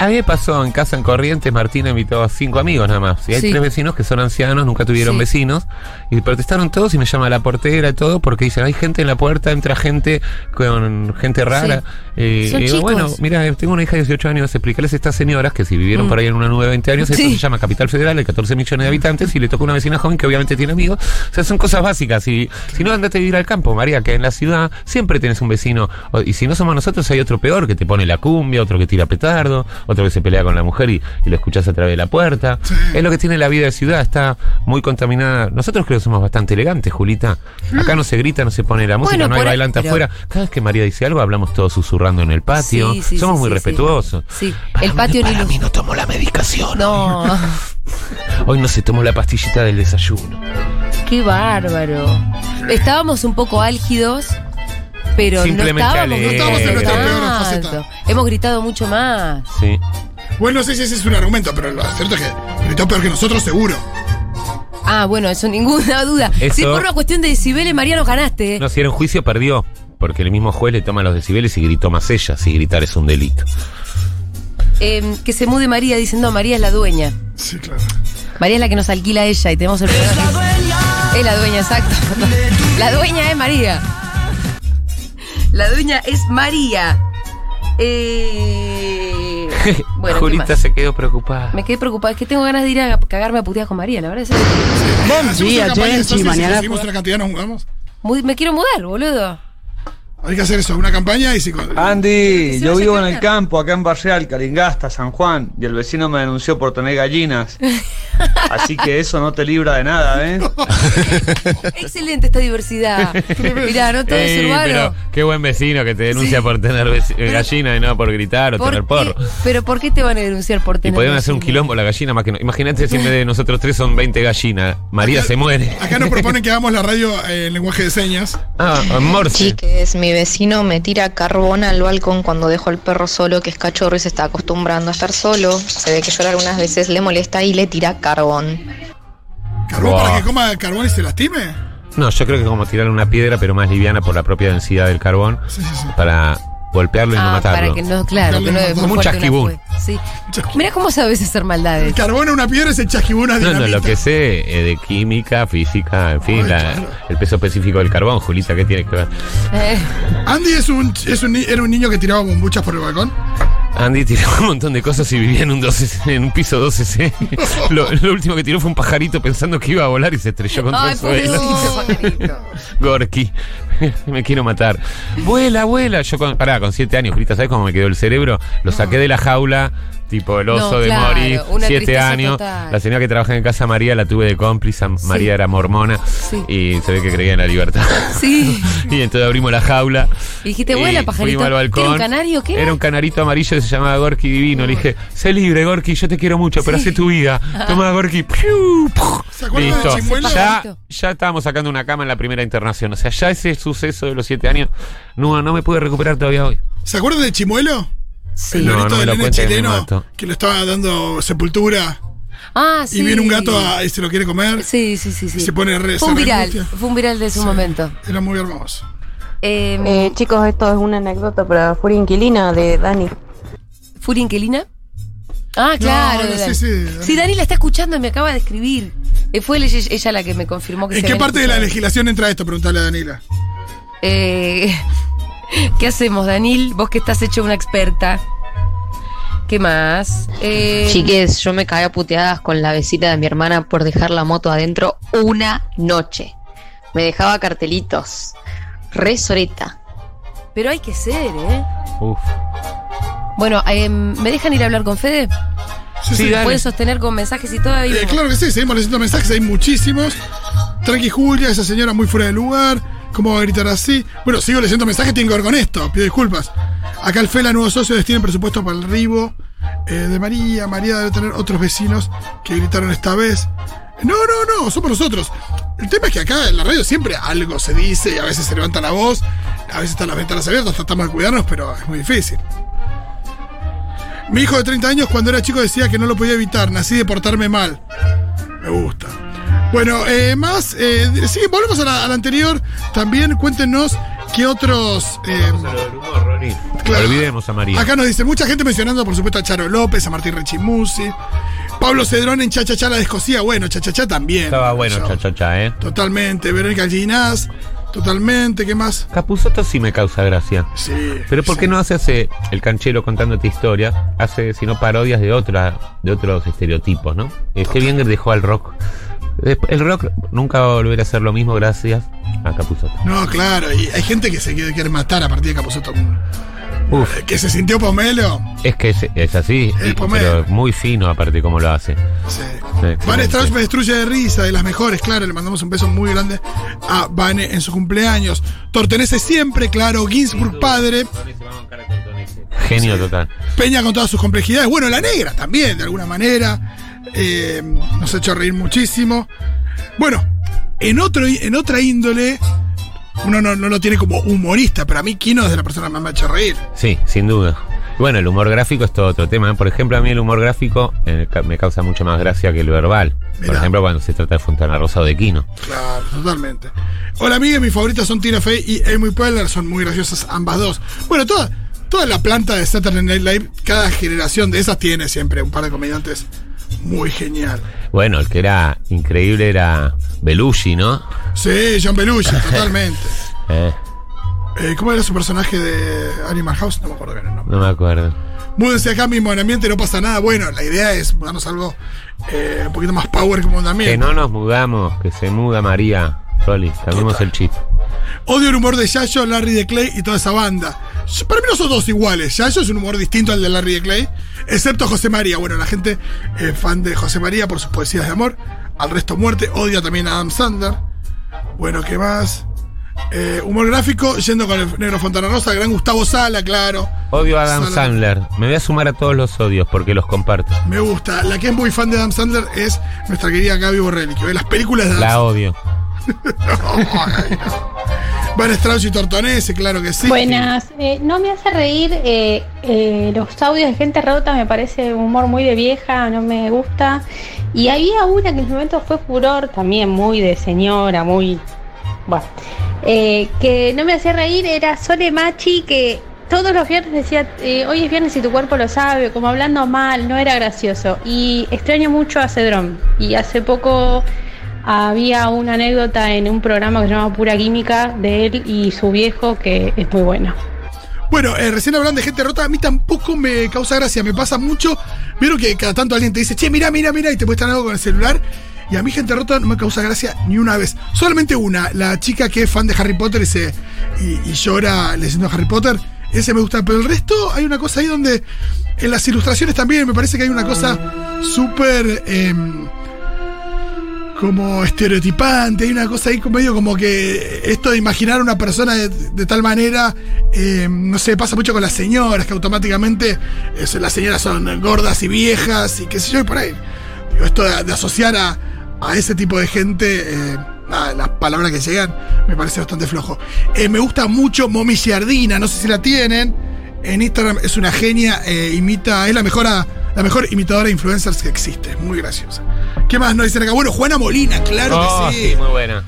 [SPEAKER 2] A mí me pasó en casa en Corrientes, Martina invitó a cinco amigos nada más. Y hay
[SPEAKER 1] Sí.
[SPEAKER 2] tres vecinos que son ancianos, nunca tuvieron
[SPEAKER 1] Sí.
[SPEAKER 2] vecinos. Y protestaron todos y me llama la portera y todo porque dicen, hay gente en la puerta, entra gente con gente rara. Eh,
[SPEAKER 1] Son
[SPEAKER 2] y digo,
[SPEAKER 1] chicos.
[SPEAKER 2] bueno, mira, eh, tengo una hija de 18 años, explicarles a estas señoras que si vivieron por ahí en una nube de 20 años, esto
[SPEAKER 1] Mm. Sí.
[SPEAKER 2] se llama Capital Federal, hay 14 millones de habitantes y le toca una vecina joven que obviamente tiene amigos. O sea, son cosas básicas. Y si no, andate a vivir al campo, María, que en la ciudad siempre tenés un vecino. O- Y si no somos nosotros, hay otro peor que te pone la cumbia, otro que tira petardo, otro que se pelea con la mujer y, y lo escuchás a través de la puerta. Es lo que tiene la vida de ciudad, está muy contaminada. Nosotros creo que somos bastante elegantes, Julita. Acá no se grita, no se pone la música,
[SPEAKER 1] Ah. Bueno,
[SPEAKER 2] no hay
[SPEAKER 1] por ahí-
[SPEAKER 2] bailante
[SPEAKER 1] pero-
[SPEAKER 2] afuera. Cada vez que María dice algo, hablamos todos susurrando en el patio.
[SPEAKER 1] Sí, sí,
[SPEAKER 2] somos
[SPEAKER 1] sí,
[SPEAKER 2] muy
[SPEAKER 1] sí,
[SPEAKER 2] respetuosos.
[SPEAKER 1] Sí, Sí. el patio ni
[SPEAKER 2] Para
[SPEAKER 1] luz.
[SPEAKER 2] mí no tomó la medicación.
[SPEAKER 1] No,
[SPEAKER 2] Hoy no se tomó la pastillita del desayuno.
[SPEAKER 1] qué bárbaro. Estábamos un poco álgidos, pero no
[SPEAKER 2] Simplemente
[SPEAKER 1] estábamos,
[SPEAKER 2] alegres.
[SPEAKER 1] gritando
[SPEAKER 3] No estábamos en nuestra peor
[SPEAKER 1] tanto.
[SPEAKER 3] faceta.
[SPEAKER 1] Hemos gritado mucho más.
[SPEAKER 2] Sí.
[SPEAKER 3] Bueno, no sé si ese es un argumento, pero lo cierto es que gritó peor que nosotros, seguro.
[SPEAKER 1] Ah, bueno, eso ninguna duda.
[SPEAKER 2] Eso-
[SPEAKER 1] Sí, por una cuestión de decibeles, María, no ganaste. ¿eh?
[SPEAKER 2] No, si era un juicio, perdió. Porque el mismo juez le toma los decibeles y gritó más ella. Si gritar es un delito.
[SPEAKER 1] Eh, que se mude María diciendo, María es la dueña.
[SPEAKER 3] Sí, claro.
[SPEAKER 1] María es la que nos alquila a ella y tenemos el Es la dueña. Es la dueña, exacto. La dueña es María. La dueña es María. Eh, Bueno, ¿qué
[SPEAKER 2] Julita
[SPEAKER 1] más?
[SPEAKER 2] se quedó preocupada.
[SPEAKER 1] Me quedé preocupada, es que tengo ganas de ir a cagarme a puteadas con María, la verdad es que
[SPEAKER 3] Buen
[SPEAKER 5] día, Jensi, mañana-
[SPEAKER 3] Si conseguimos una cantidad, nos jugamos.
[SPEAKER 1] muy- me quiero mudar, boludo.
[SPEAKER 3] Hay que hacer eso, una campaña y si.
[SPEAKER 2] Ah.
[SPEAKER 7] Andy,
[SPEAKER 1] se
[SPEAKER 7] yo
[SPEAKER 1] vaya
[SPEAKER 7] vivo
[SPEAKER 1] a
[SPEAKER 7] en el
[SPEAKER 1] cagar.
[SPEAKER 7] campo, acá en Barreal, Calingasta, San Juan, y el vecino me denunció por tener gallinas. Así que eso no te libra de nada, ¿eh?
[SPEAKER 1] Excelente esta diversidad. Mirá, no todo es
[SPEAKER 2] Ey,
[SPEAKER 1] urbano.
[SPEAKER 2] Eh, pero qué buen vecino que te denuncia por tener veci- gallina y no por gritar o
[SPEAKER 1] ¿Por
[SPEAKER 2] tener
[SPEAKER 1] qué-
[SPEAKER 2] porro.
[SPEAKER 1] pero ¿por qué te van a denunciar por
[SPEAKER 2] Y
[SPEAKER 1] tener
[SPEAKER 2] podrían hacer un
[SPEAKER 1] vecino?
[SPEAKER 2] quilombo la gallina más que no. Imagínate si en vez de nosotros tres son 20 gallinas. María se muere.
[SPEAKER 3] Acá nos proponen que hagamos la radio eh, en lenguaje de señas.
[SPEAKER 2] Ah, en Morse.
[SPEAKER 8] Chiques, mi vecino me tira carbón al balcón cuando dejo al perro solo, que es cachorro y se está acostumbrando a estar solo. Se ve que llorar algunas veces le molesta y le tira carbón.
[SPEAKER 3] ¿Carbón
[SPEAKER 2] Wow.
[SPEAKER 3] para que coma carbón y se lastime?
[SPEAKER 2] No, yo creo que es como tirar una piedra, pero más liviana por la propia densidad del carbón.
[SPEAKER 3] Sí, sí, sí.
[SPEAKER 2] Para golpearlo y no
[SPEAKER 1] Ah,
[SPEAKER 2] matarlo.
[SPEAKER 1] para que no, claro, que no
[SPEAKER 3] Darle
[SPEAKER 1] es
[SPEAKER 3] un
[SPEAKER 1] muy
[SPEAKER 2] montón.
[SPEAKER 1] fuerte
[SPEAKER 2] Como un
[SPEAKER 1] una fue- Sí. Mirá cómo sabes hacer maldades.
[SPEAKER 3] El carbón en una piedra es el chasquibuna de
[SPEAKER 2] Eh, No, no, lo que sé eh, de química, física, en fin,
[SPEAKER 3] Ay,
[SPEAKER 2] la-
[SPEAKER 3] claro.
[SPEAKER 2] el peso específico del carbón, Julita, ¿qué tiene que ver?
[SPEAKER 1] Eh,
[SPEAKER 3] Andy es un, es un ni- era un niño que tiraba bombuchas por el balcón.
[SPEAKER 2] Andy tiró un montón de cosas y vivía en un, 12, en un piso 12C. Lo, lo último que tiró fue un pajarito pensando que iba a volar y se estrelló contra
[SPEAKER 1] Ay,
[SPEAKER 2] el suelo.
[SPEAKER 1] pobrecito.
[SPEAKER 2] Gorky, me quiero matar. Vuela, vuela. Yo, con, pará, con siete años, Julita, ¿sabes cómo me quedó el cerebro? Lo saqué de la jaula, tipo el oso
[SPEAKER 1] No,
[SPEAKER 2] de
[SPEAKER 1] claro,
[SPEAKER 2] Mori,
[SPEAKER 1] una
[SPEAKER 2] siete
[SPEAKER 1] tristeza
[SPEAKER 2] años.
[SPEAKER 1] total.
[SPEAKER 2] La señora que trabaja en casa María la tuve de cómplice, María era mormona
[SPEAKER 1] Sí.
[SPEAKER 2] y se ve que creía en la libertad.
[SPEAKER 1] Sí.
[SPEAKER 2] Y entonces abrimos la jaula.
[SPEAKER 1] Y dijiste,
[SPEAKER 2] Y
[SPEAKER 1] vuela, pajarito.
[SPEAKER 2] Fuimos al balcón.
[SPEAKER 1] ¿Era un canario? ¿Qué era?
[SPEAKER 2] Era un canarito amarillo que se llamaba Gorky Divino. Le dije, sé libre, Gorky, yo te quiero mucho, pero hace tu vida. Toma, Gorky. Piu, puf.
[SPEAKER 3] ¿Se acuerdan de
[SPEAKER 2] Listo.
[SPEAKER 3] Chimuelo?
[SPEAKER 2] Ya,
[SPEAKER 1] Pajarito.
[SPEAKER 2] ya estábamos sacando una cama en la primera internación. O sea, ya ese suceso de los siete años, no, no me pude recuperar todavía hoy.
[SPEAKER 3] ¿Se acuerdan de Chimuelo?
[SPEAKER 1] Sí.
[SPEAKER 3] El
[SPEAKER 2] No,
[SPEAKER 3] lorito
[SPEAKER 2] no me
[SPEAKER 3] del
[SPEAKER 2] lo
[SPEAKER 3] nene
[SPEAKER 2] cuentes, me
[SPEAKER 3] chileno
[SPEAKER 2] mato.
[SPEAKER 3] que le estaba dando sepultura
[SPEAKER 1] Ah, sí.
[SPEAKER 3] y viene un gato a- y se lo quiere comer.
[SPEAKER 1] Sí, sí, sí. sí.
[SPEAKER 3] y se pone re-
[SPEAKER 1] Fue un
[SPEAKER 3] se
[SPEAKER 1] viral.
[SPEAKER 3] reangustia.
[SPEAKER 1] Fue un viral de su momento.
[SPEAKER 3] Era muy hermoso.
[SPEAKER 1] Eh,
[SPEAKER 9] Eh, chicos, esto es una anécdota para Furia Inquilina de Dani.
[SPEAKER 1] ¿Furia Inquilina? Ah, claro.
[SPEAKER 3] no,
[SPEAKER 1] de
[SPEAKER 3] sí,
[SPEAKER 1] Dani.
[SPEAKER 3] sí, de Dani.
[SPEAKER 1] Sí, Dani la está escuchando, me acaba de escribir. Eh, Fue ella, ella la que me confirmó que
[SPEAKER 3] ¿En
[SPEAKER 1] se
[SPEAKER 3] qué
[SPEAKER 1] habían
[SPEAKER 3] parte de la
[SPEAKER 1] escuchado.
[SPEAKER 3] legislación entra esto? Preguntale a Danila.
[SPEAKER 1] Eh, ¿Qué hacemos, Danil? Vos que estás hecho una experta. ¿Qué más? Eh,
[SPEAKER 8] Chiques, yo me caí a puteadas con la vecina de mi hermana por dejar la moto adentro una noche. Me dejaba cartelitos. Resoreta.
[SPEAKER 1] Pero hay que ser, ¿eh?
[SPEAKER 2] Uf.
[SPEAKER 1] Bueno, em, ¿me dejan ir a hablar con Fede?
[SPEAKER 3] Sí,
[SPEAKER 2] Sí,
[SPEAKER 3] sí.
[SPEAKER 2] Dale.
[SPEAKER 1] ¿Pueden sostener con mensajes y todo? Ahí
[SPEAKER 3] Eh,
[SPEAKER 1] vemos.
[SPEAKER 3] claro que sí, seguimos leyendo mensajes, hay muchísimos. Tranqui Julia, esa señora muy fuera de lugar. ¿Cómo va a gritar así? Bueno, sigo leyendo mensajes, tienen que ver con esto. Pido disculpas. Acá el Fela, nuevo socio, tiene presupuesto para el Ribo eh, de María. María debe tener otros vecinos que gritaron esta vez. No, no, no, somos nosotros. El tema es que acá en la radio siempre algo se dice y a veces se levanta la voz, a veces están las ventanas abiertas, tratamos de cuidarnos, pero es muy difícil. Mi hijo de 30 años cuando era chico decía que no lo podía evitar, nací de portarme mal. Me gusta. Bueno, eh, más, eh, sí, volvemos a la, a la anterior. También cuéntenos qué otros... eh, Claro.
[SPEAKER 2] Olvidemos a María.
[SPEAKER 3] acá nos dice mucha gente mencionando, por supuesto, a Charo López, a Martín Rechimusi, Pablo Cedrón en Chachachá la descosía. Bueno, Chachachá también.
[SPEAKER 2] Estaba bueno,
[SPEAKER 3] Yo-
[SPEAKER 2] cha, cha, cha, ¿eh?
[SPEAKER 3] Totalmente, Verónica Ginás, totalmente, ¿qué más?
[SPEAKER 2] Capuzoto sí me causa gracia.
[SPEAKER 3] Sí.
[SPEAKER 2] Pero ¿por qué no hace, hace el canchero contándote historias? Hace sino parodias de otra, de otros estereotipos, ¿no? Es que bien dejó al rock. Desp- El rock nunca va a volver a ser lo mismo gracias a Capuzoto.
[SPEAKER 3] No, claro, y hay gente que se quiere, quiere matar a partir de Capuzoto.
[SPEAKER 2] Uf,
[SPEAKER 3] Que se sintió pomelo.
[SPEAKER 2] es que es, es así,
[SPEAKER 3] El
[SPEAKER 2] y-
[SPEAKER 3] pomelo.
[SPEAKER 2] pero muy fino aparte como lo hace.
[SPEAKER 3] Sí.
[SPEAKER 2] excelente.
[SPEAKER 3] Van Strauss me destruye de risa, de las mejores, claro. Le mandamos un beso muy grande a Vane en su cumpleaños. Tortenese siempre, claro. Ginsburg padre.
[SPEAKER 2] Genio total.
[SPEAKER 3] Peña con todas sus complejidades. Bueno, la negra también, de alguna manera. Eh, nos ha hecho reír muchísimo. Bueno, en, otro, en otra índole, uno no, no lo tiene como humorista, pero a mí Kino es de la persona que más me ha hecho reír.
[SPEAKER 2] Sí, sin duda. Y Bueno, el humor gráfico es todo otro tema. ¿eh? Por ejemplo, a mí el humor gráfico eh, ca- me causa mucho más gracia que el verbal. Por
[SPEAKER 3] Mirá.
[SPEAKER 2] ejemplo, cuando se trata de Fontana Rosa o de Quino.
[SPEAKER 3] Claro, totalmente. Hola, amigas, mis favoritas son Tina Fey y Amy Poehler, son muy graciosas ambas dos. Bueno, toda, toda la planta de Saturday Night Live, cada generación de esas tiene siempre un par de comediantes muy genial.
[SPEAKER 2] Bueno, el que era increíble era Belushi, ¿no?
[SPEAKER 3] Sí, John Belushi, totalmente.
[SPEAKER 2] Eh,
[SPEAKER 3] Eh, ¿Cómo era su personaje de Animal House? No me acuerdo bien el nombre.
[SPEAKER 2] no me acuerdo.
[SPEAKER 3] Múdense acá mismo en ambiente, no pasa nada. Bueno, la idea es darnos algo eh, un poquito más power como
[SPEAKER 2] Que
[SPEAKER 3] también.
[SPEAKER 2] no nos mudamos, que se muda María. Rolly, cambiemos el chip.
[SPEAKER 3] Odio el humor de Yayo, Larry de Clay y toda esa banda. Yo- Para mí no son dos iguales, ya eso es un humor distinto al de Larry de Clay, excepto José María. Bueno, la gente eh, fan de José María por sus poesías de amor. Al resto muerte, odia también a Adam Sander. Bueno, ¿qué más? Eh, humor gráfico, yendo con el negro Fontana Rosa, el gran Gustavo Sala, claro.
[SPEAKER 2] Odio a Adam
[SPEAKER 3] Sala.
[SPEAKER 2] Sandler. Me voy a sumar a todos los odios porque los comparto.
[SPEAKER 3] Me gusta. La que es muy fan de Adam Sandler es nuestra querida Gaby Borrelli, que ve las películas de Adam
[SPEAKER 2] La odio.
[SPEAKER 3] Sandler. Van Strauss y Tortonese, claro que sí.
[SPEAKER 10] Buenas, Eh, no me hace reír eh, eh, los audios de gente rota, me parece un humor muy de vieja, no me gusta. Y había una que en su momento fue furor, también muy de señora, muy... Bueno, eh, que no me hacía reír era Sole Machi, que todos los viernes decía, eh, hoy es viernes y tu cuerpo lo sabe, como hablando mal, no era gracioso. Y extraño mucho a Cedrón. Y hace poco había una anécdota en un programa que se llama Pura Química de él y su viejo, que es muy bueno.
[SPEAKER 3] Bueno, eh, recién hablan de gente rota, a mí tampoco me causa gracia, me pasa mucho. Vieron que cada tanto alguien te dice, che, mira, mira, mira, y te muestran algo con el celular. Y a mí gente rota no me causa gracia ni una vez. Solamente una, la chica que es fan de Harry Potter y, se, y, y llora leyendo a Harry Potter. Ese me gusta, pero el resto hay una cosa ahí donde en las ilustraciones también me parece que hay una cosa súper em, como estereotipante, hay una cosa ahí como medio como que esto de imaginar a una persona de, de tal manera, eh, no sé, pasa mucho con las señoras, que automáticamente eh, son- las señoras son gordas y viejas y qué sé yo, y por ahí. Digo, esto de, de asociar a, a ese tipo de gente, eh, nada, las palabras que llegan, me parece bastante flojo. Eh, me gusta mucho Momi Giardina, no sé si la tienen. En Instagram es una genia, eh, imita, es la mejor, la mejor imitadora de influencers que existe, muy graciosa. ¿Qué más nos dicen acá? Bueno, Juana Molina, claro
[SPEAKER 2] Oh,
[SPEAKER 3] que sí.
[SPEAKER 2] muy buena.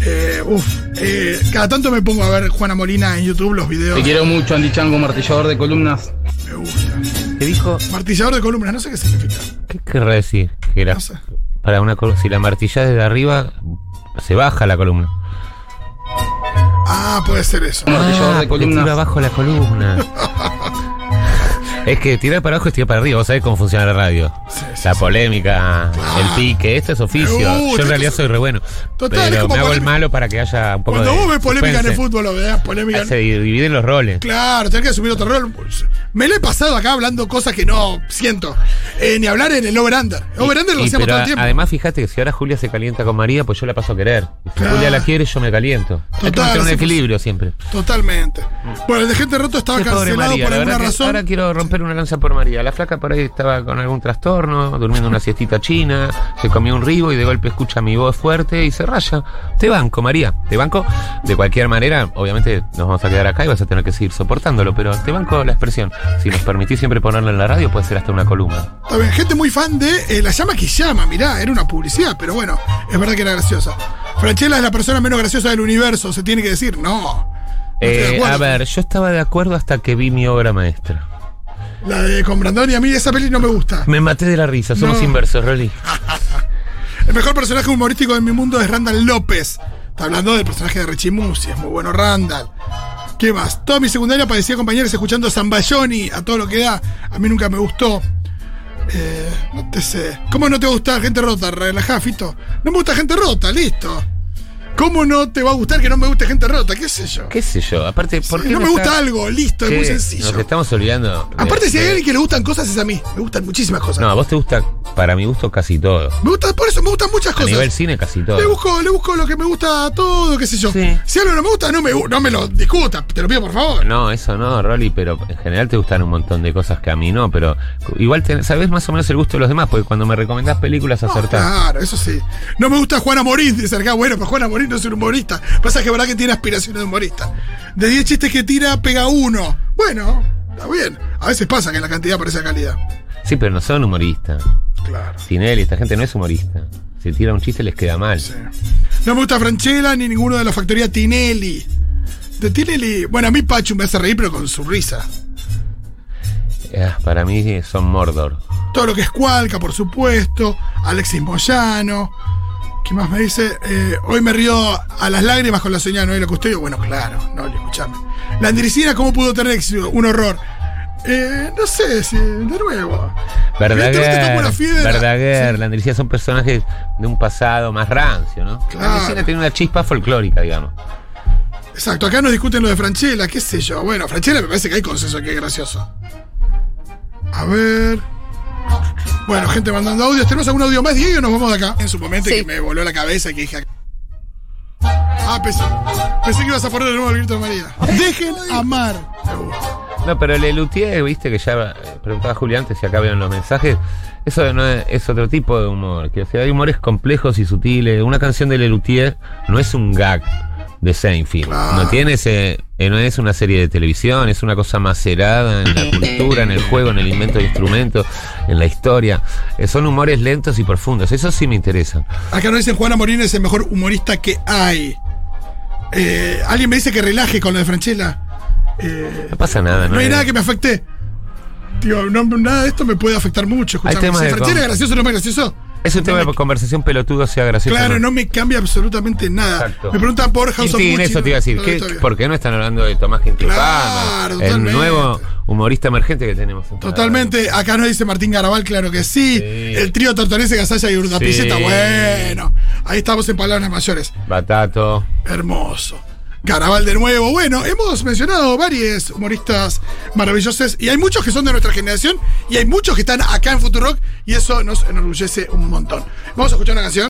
[SPEAKER 3] Eh, uf, eh, cada tanto me pongo a ver Juana Molina en YouTube los videos.
[SPEAKER 7] mucho, Andy Chango, martillador de columnas.
[SPEAKER 3] Me gusta.
[SPEAKER 2] ¿Qué dijo?
[SPEAKER 3] Martillador de columnas, no sé qué significa.
[SPEAKER 2] ¿Qué querrá decir? Que la-
[SPEAKER 3] No sé.
[SPEAKER 2] para una col- si la martilla desde arriba, se baja la columna.
[SPEAKER 3] Ah, puede ser eso.
[SPEAKER 7] Martillador de
[SPEAKER 2] Ah, porque
[SPEAKER 7] columnas.
[SPEAKER 2] tira abajo la columna. es que tirar para abajo es tirar para arriba. Vos sabés cómo funciona la radio.
[SPEAKER 3] Sí, sí,
[SPEAKER 2] La
[SPEAKER 3] sí.
[SPEAKER 2] polémica, el pique, esto es oficio.
[SPEAKER 3] Me gusta,
[SPEAKER 2] Yo en realidad
[SPEAKER 3] esto
[SPEAKER 2] soy re bueno.
[SPEAKER 3] Total, es
[SPEAKER 2] pero
[SPEAKER 3] como
[SPEAKER 2] me hago el
[SPEAKER 3] polémica.
[SPEAKER 2] malo para que haya un poco
[SPEAKER 3] Cuando
[SPEAKER 2] de.
[SPEAKER 3] vos ves polémica en el
[SPEAKER 2] suspense.
[SPEAKER 3] fútbol, lo veas polémica.
[SPEAKER 2] Se dividen los roles.
[SPEAKER 3] Claro, tenés que asumir otro rol. Me lo he pasado acá hablando cosas que no siento. Eh, ni hablar en el over-under. Over-under lo
[SPEAKER 2] Y-
[SPEAKER 3] hacíamos
[SPEAKER 2] pero
[SPEAKER 3] todo
[SPEAKER 2] a-
[SPEAKER 3] el tiempo.
[SPEAKER 2] Además, fíjate que si ahora Julia se calienta con María, pues yo la paso a querer. Y Si
[SPEAKER 3] Claro.
[SPEAKER 2] Julia la quiere, yo me caliento. Hay que
[SPEAKER 3] Total,
[SPEAKER 2] mantener un
[SPEAKER 3] así que-
[SPEAKER 2] equilibrio siempre.
[SPEAKER 3] Totalmente. Bueno, el de gente roto estaba
[SPEAKER 2] Qué Mm. pobre
[SPEAKER 3] cancelado
[SPEAKER 2] María,
[SPEAKER 3] por
[SPEAKER 2] la
[SPEAKER 3] alguna
[SPEAKER 2] verdad que
[SPEAKER 3] razón.
[SPEAKER 2] Ahora quiero romper una lanza por María. La flaca por ahí estaba con algún trastorno, durmiendo una siestita china, se comió un ribo y de golpe escucha mi voz fuerte y se raya. Te banco, María, te banco. De cualquier manera, obviamente nos vamos a quedar acá y vas a tener que seguir soportándolo, pero te banco la expresión. Si nos permitís siempre ponerla en la radio, puede ser hasta una columna.
[SPEAKER 3] Está bien, gente muy fan de eh, La llama que llama, mirá, era una publicidad, pero bueno, es verdad que era graciosa. Franchella es la persona menos graciosa del universo, se tiene que decir, no. No estoy de
[SPEAKER 2] Eh,
[SPEAKER 3] acuerdo.
[SPEAKER 2] a ver, yo estaba de acuerdo hasta que vi mi obra maestra.
[SPEAKER 3] La de con Brandoni, a mí esa peli no me gusta.
[SPEAKER 2] Me maté de la risa, somos
[SPEAKER 3] No.
[SPEAKER 2] inversos, Rolly.
[SPEAKER 3] El mejor personaje humorístico de mi mundo es Randall López. Está hablando del personaje de Richie Musi, es muy bueno Randall. ¿Qué más? Toda mi secundaria padecía compañeros escuchando Zambayoni a todo lo que da. A mí nunca me gustó. Eh, no te sé. ¿Cómo no te va a gustar gente rota? Relajá, Fito. No me gusta gente rota, listo. ¿Cómo no te va a gustar que no me guste gente rota? ¿Qué sé yo?
[SPEAKER 2] ¿Qué sé yo? Aparte, ¿por
[SPEAKER 3] Sí,
[SPEAKER 2] qué
[SPEAKER 3] no me
[SPEAKER 2] está-
[SPEAKER 3] gusta algo, listo, es muy
[SPEAKER 2] Che,
[SPEAKER 3] sencillo.
[SPEAKER 2] Nos estamos olvidando. de-
[SPEAKER 3] Aparte, si hay
[SPEAKER 2] de-
[SPEAKER 3] alguien que le gustan cosas, es a mí. Me gustan muchísimas cosas.
[SPEAKER 2] eh, No, a vos te gusta, para mi gusto, casi todo.
[SPEAKER 3] Me gusta, por eso me gustan muchas
[SPEAKER 2] A
[SPEAKER 3] cosas.
[SPEAKER 2] nivel cine, casi
[SPEAKER 3] Le
[SPEAKER 2] todo.
[SPEAKER 3] busco, le busco lo que me gusta a todo, qué sé yo.
[SPEAKER 2] Sí.
[SPEAKER 3] Si algo no me gusta, no me, gu- no me lo discuta, te lo pido por favor.
[SPEAKER 2] No, eso no, Rolly, pero en general te gustan un montón de cosas que a mí no, pero igual tenés- sabés más o menos el gusto de los demás, porque cuando me recomendás películas acertás.
[SPEAKER 3] Claro, eso sí. No me gusta Juana Morín, dice acá. Bueno, pues Juana Morín no es un humorista. Pasa que verdad que tiene aspiraciones de humorista. De 10 chistes que tira, pega uno. Bueno, está bien. A veces pasa que la cantidad parece calidad.
[SPEAKER 2] Sí, pero no son humoristas.
[SPEAKER 3] Claro.
[SPEAKER 2] Tinelli, esta gente no es humorista. Si tira un chiste les queda mal.
[SPEAKER 3] Sí. No me gusta Franchella ni ninguno de la factoría Tinelli. De Tinelli, bueno, a mí Pachu me hace reír, pero con su risa.
[SPEAKER 2] Eh, para mí son Mordor.
[SPEAKER 3] Todo lo que es Cualca, por supuesto. Alexis Moyano. ¿Qué más me dice? Eh, hoy me río a las lágrimas con la señora Noelia Custodio. Bueno, claro, no, escuchame. La Andricina, ¿cómo pudo tener éxito? Un horror. Eh, no sé, si, de nuevo. Evidentemente tomó
[SPEAKER 2] Verdaguer,
[SPEAKER 3] la fiebre.
[SPEAKER 2] Verdaguer,
[SPEAKER 3] Sí.
[SPEAKER 2] la Andricina son personajes de un pasado más rancio, ¿no?
[SPEAKER 3] Claro.
[SPEAKER 2] La Andricina tiene una chispa folclórica, digamos.
[SPEAKER 3] Exacto, acá nos discuten lo de Franchella, qué sé yo. Bueno, Franchella me parece que hay consenso que es gracioso. A ver. Bueno, gente mandando audios. ¿Tenemos algún audio más, Diego? o Nos vamos de acá. En su momento
[SPEAKER 1] Sí.
[SPEAKER 3] que me voló la cabeza y que dije. Ah, pensé, pensé que ibas a poner de nuevo el grito de María. Dejen amar.
[SPEAKER 2] No, pero le Luthier, viste que ya eh, preguntaba Julián antes si acá vieron los mensajes. Eso no es, es otro tipo de humor. Que, o sea, hay humores complejos y sutiles. Una canción de Lelutier no es un gag de Seinfeld.
[SPEAKER 3] Claro.
[SPEAKER 2] No tiene ese. eh, No es una serie de televisión, es una cosa macerada en la cultura, en el juego, en el invento de instrumentos, en la historia. Eh, son humores lentos y profundos. Eso sí me interesa.
[SPEAKER 3] Acá nos dicen Juana Morín es el mejor humorista que hay. Eh, Alguien me dice que relaje con lo de Franchella. Eh,
[SPEAKER 2] No pasa nada, ¿no?
[SPEAKER 3] No hay
[SPEAKER 2] Eh,
[SPEAKER 3] nada que me afecte. Digo, no, nada de esto me puede afectar mucho.
[SPEAKER 2] Hay
[SPEAKER 3] escuchame.
[SPEAKER 2] temas
[SPEAKER 3] si
[SPEAKER 2] de
[SPEAKER 3] Franchella
[SPEAKER 2] con-
[SPEAKER 3] es gracioso o no es gracioso,
[SPEAKER 2] Es un tema de conversación pelotudo, sea gracioso. o
[SPEAKER 3] claro,
[SPEAKER 2] no.
[SPEAKER 3] no me cambia absolutamente nada.
[SPEAKER 2] Exacto.
[SPEAKER 3] Me preguntan por House of
[SPEAKER 2] Quintín,
[SPEAKER 3] Gucci,
[SPEAKER 2] eso te iba a decir.
[SPEAKER 3] no,
[SPEAKER 2] ¿Qué-
[SPEAKER 3] no, todavía.
[SPEAKER 2] ¿Por qué no están hablando de Tomás Quintín
[SPEAKER 3] Claro,
[SPEAKER 2] Palma, El
[SPEAKER 3] totalmente.
[SPEAKER 2] nuevo humorista emergente que tenemos. en
[SPEAKER 3] Totalmente, acá nos dice Martín Garabal, claro que sí.
[SPEAKER 2] Sí.
[SPEAKER 3] El trío Tortonese, Gasalla y Urdapilleta,
[SPEAKER 2] Sí.
[SPEAKER 3] bueno. Ahí estamos en palabras mayores.
[SPEAKER 2] Paraná. Batato.
[SPEAKER 3] Hermoso. Garabal de nuevo. Bueno, hemos mencionado varios humoristas maravillosos y hay muchos que son de nuestra generación y hay muchos que están acá en Futurock y eso nos enorgullece un montón. Vamos a escuchar una canción.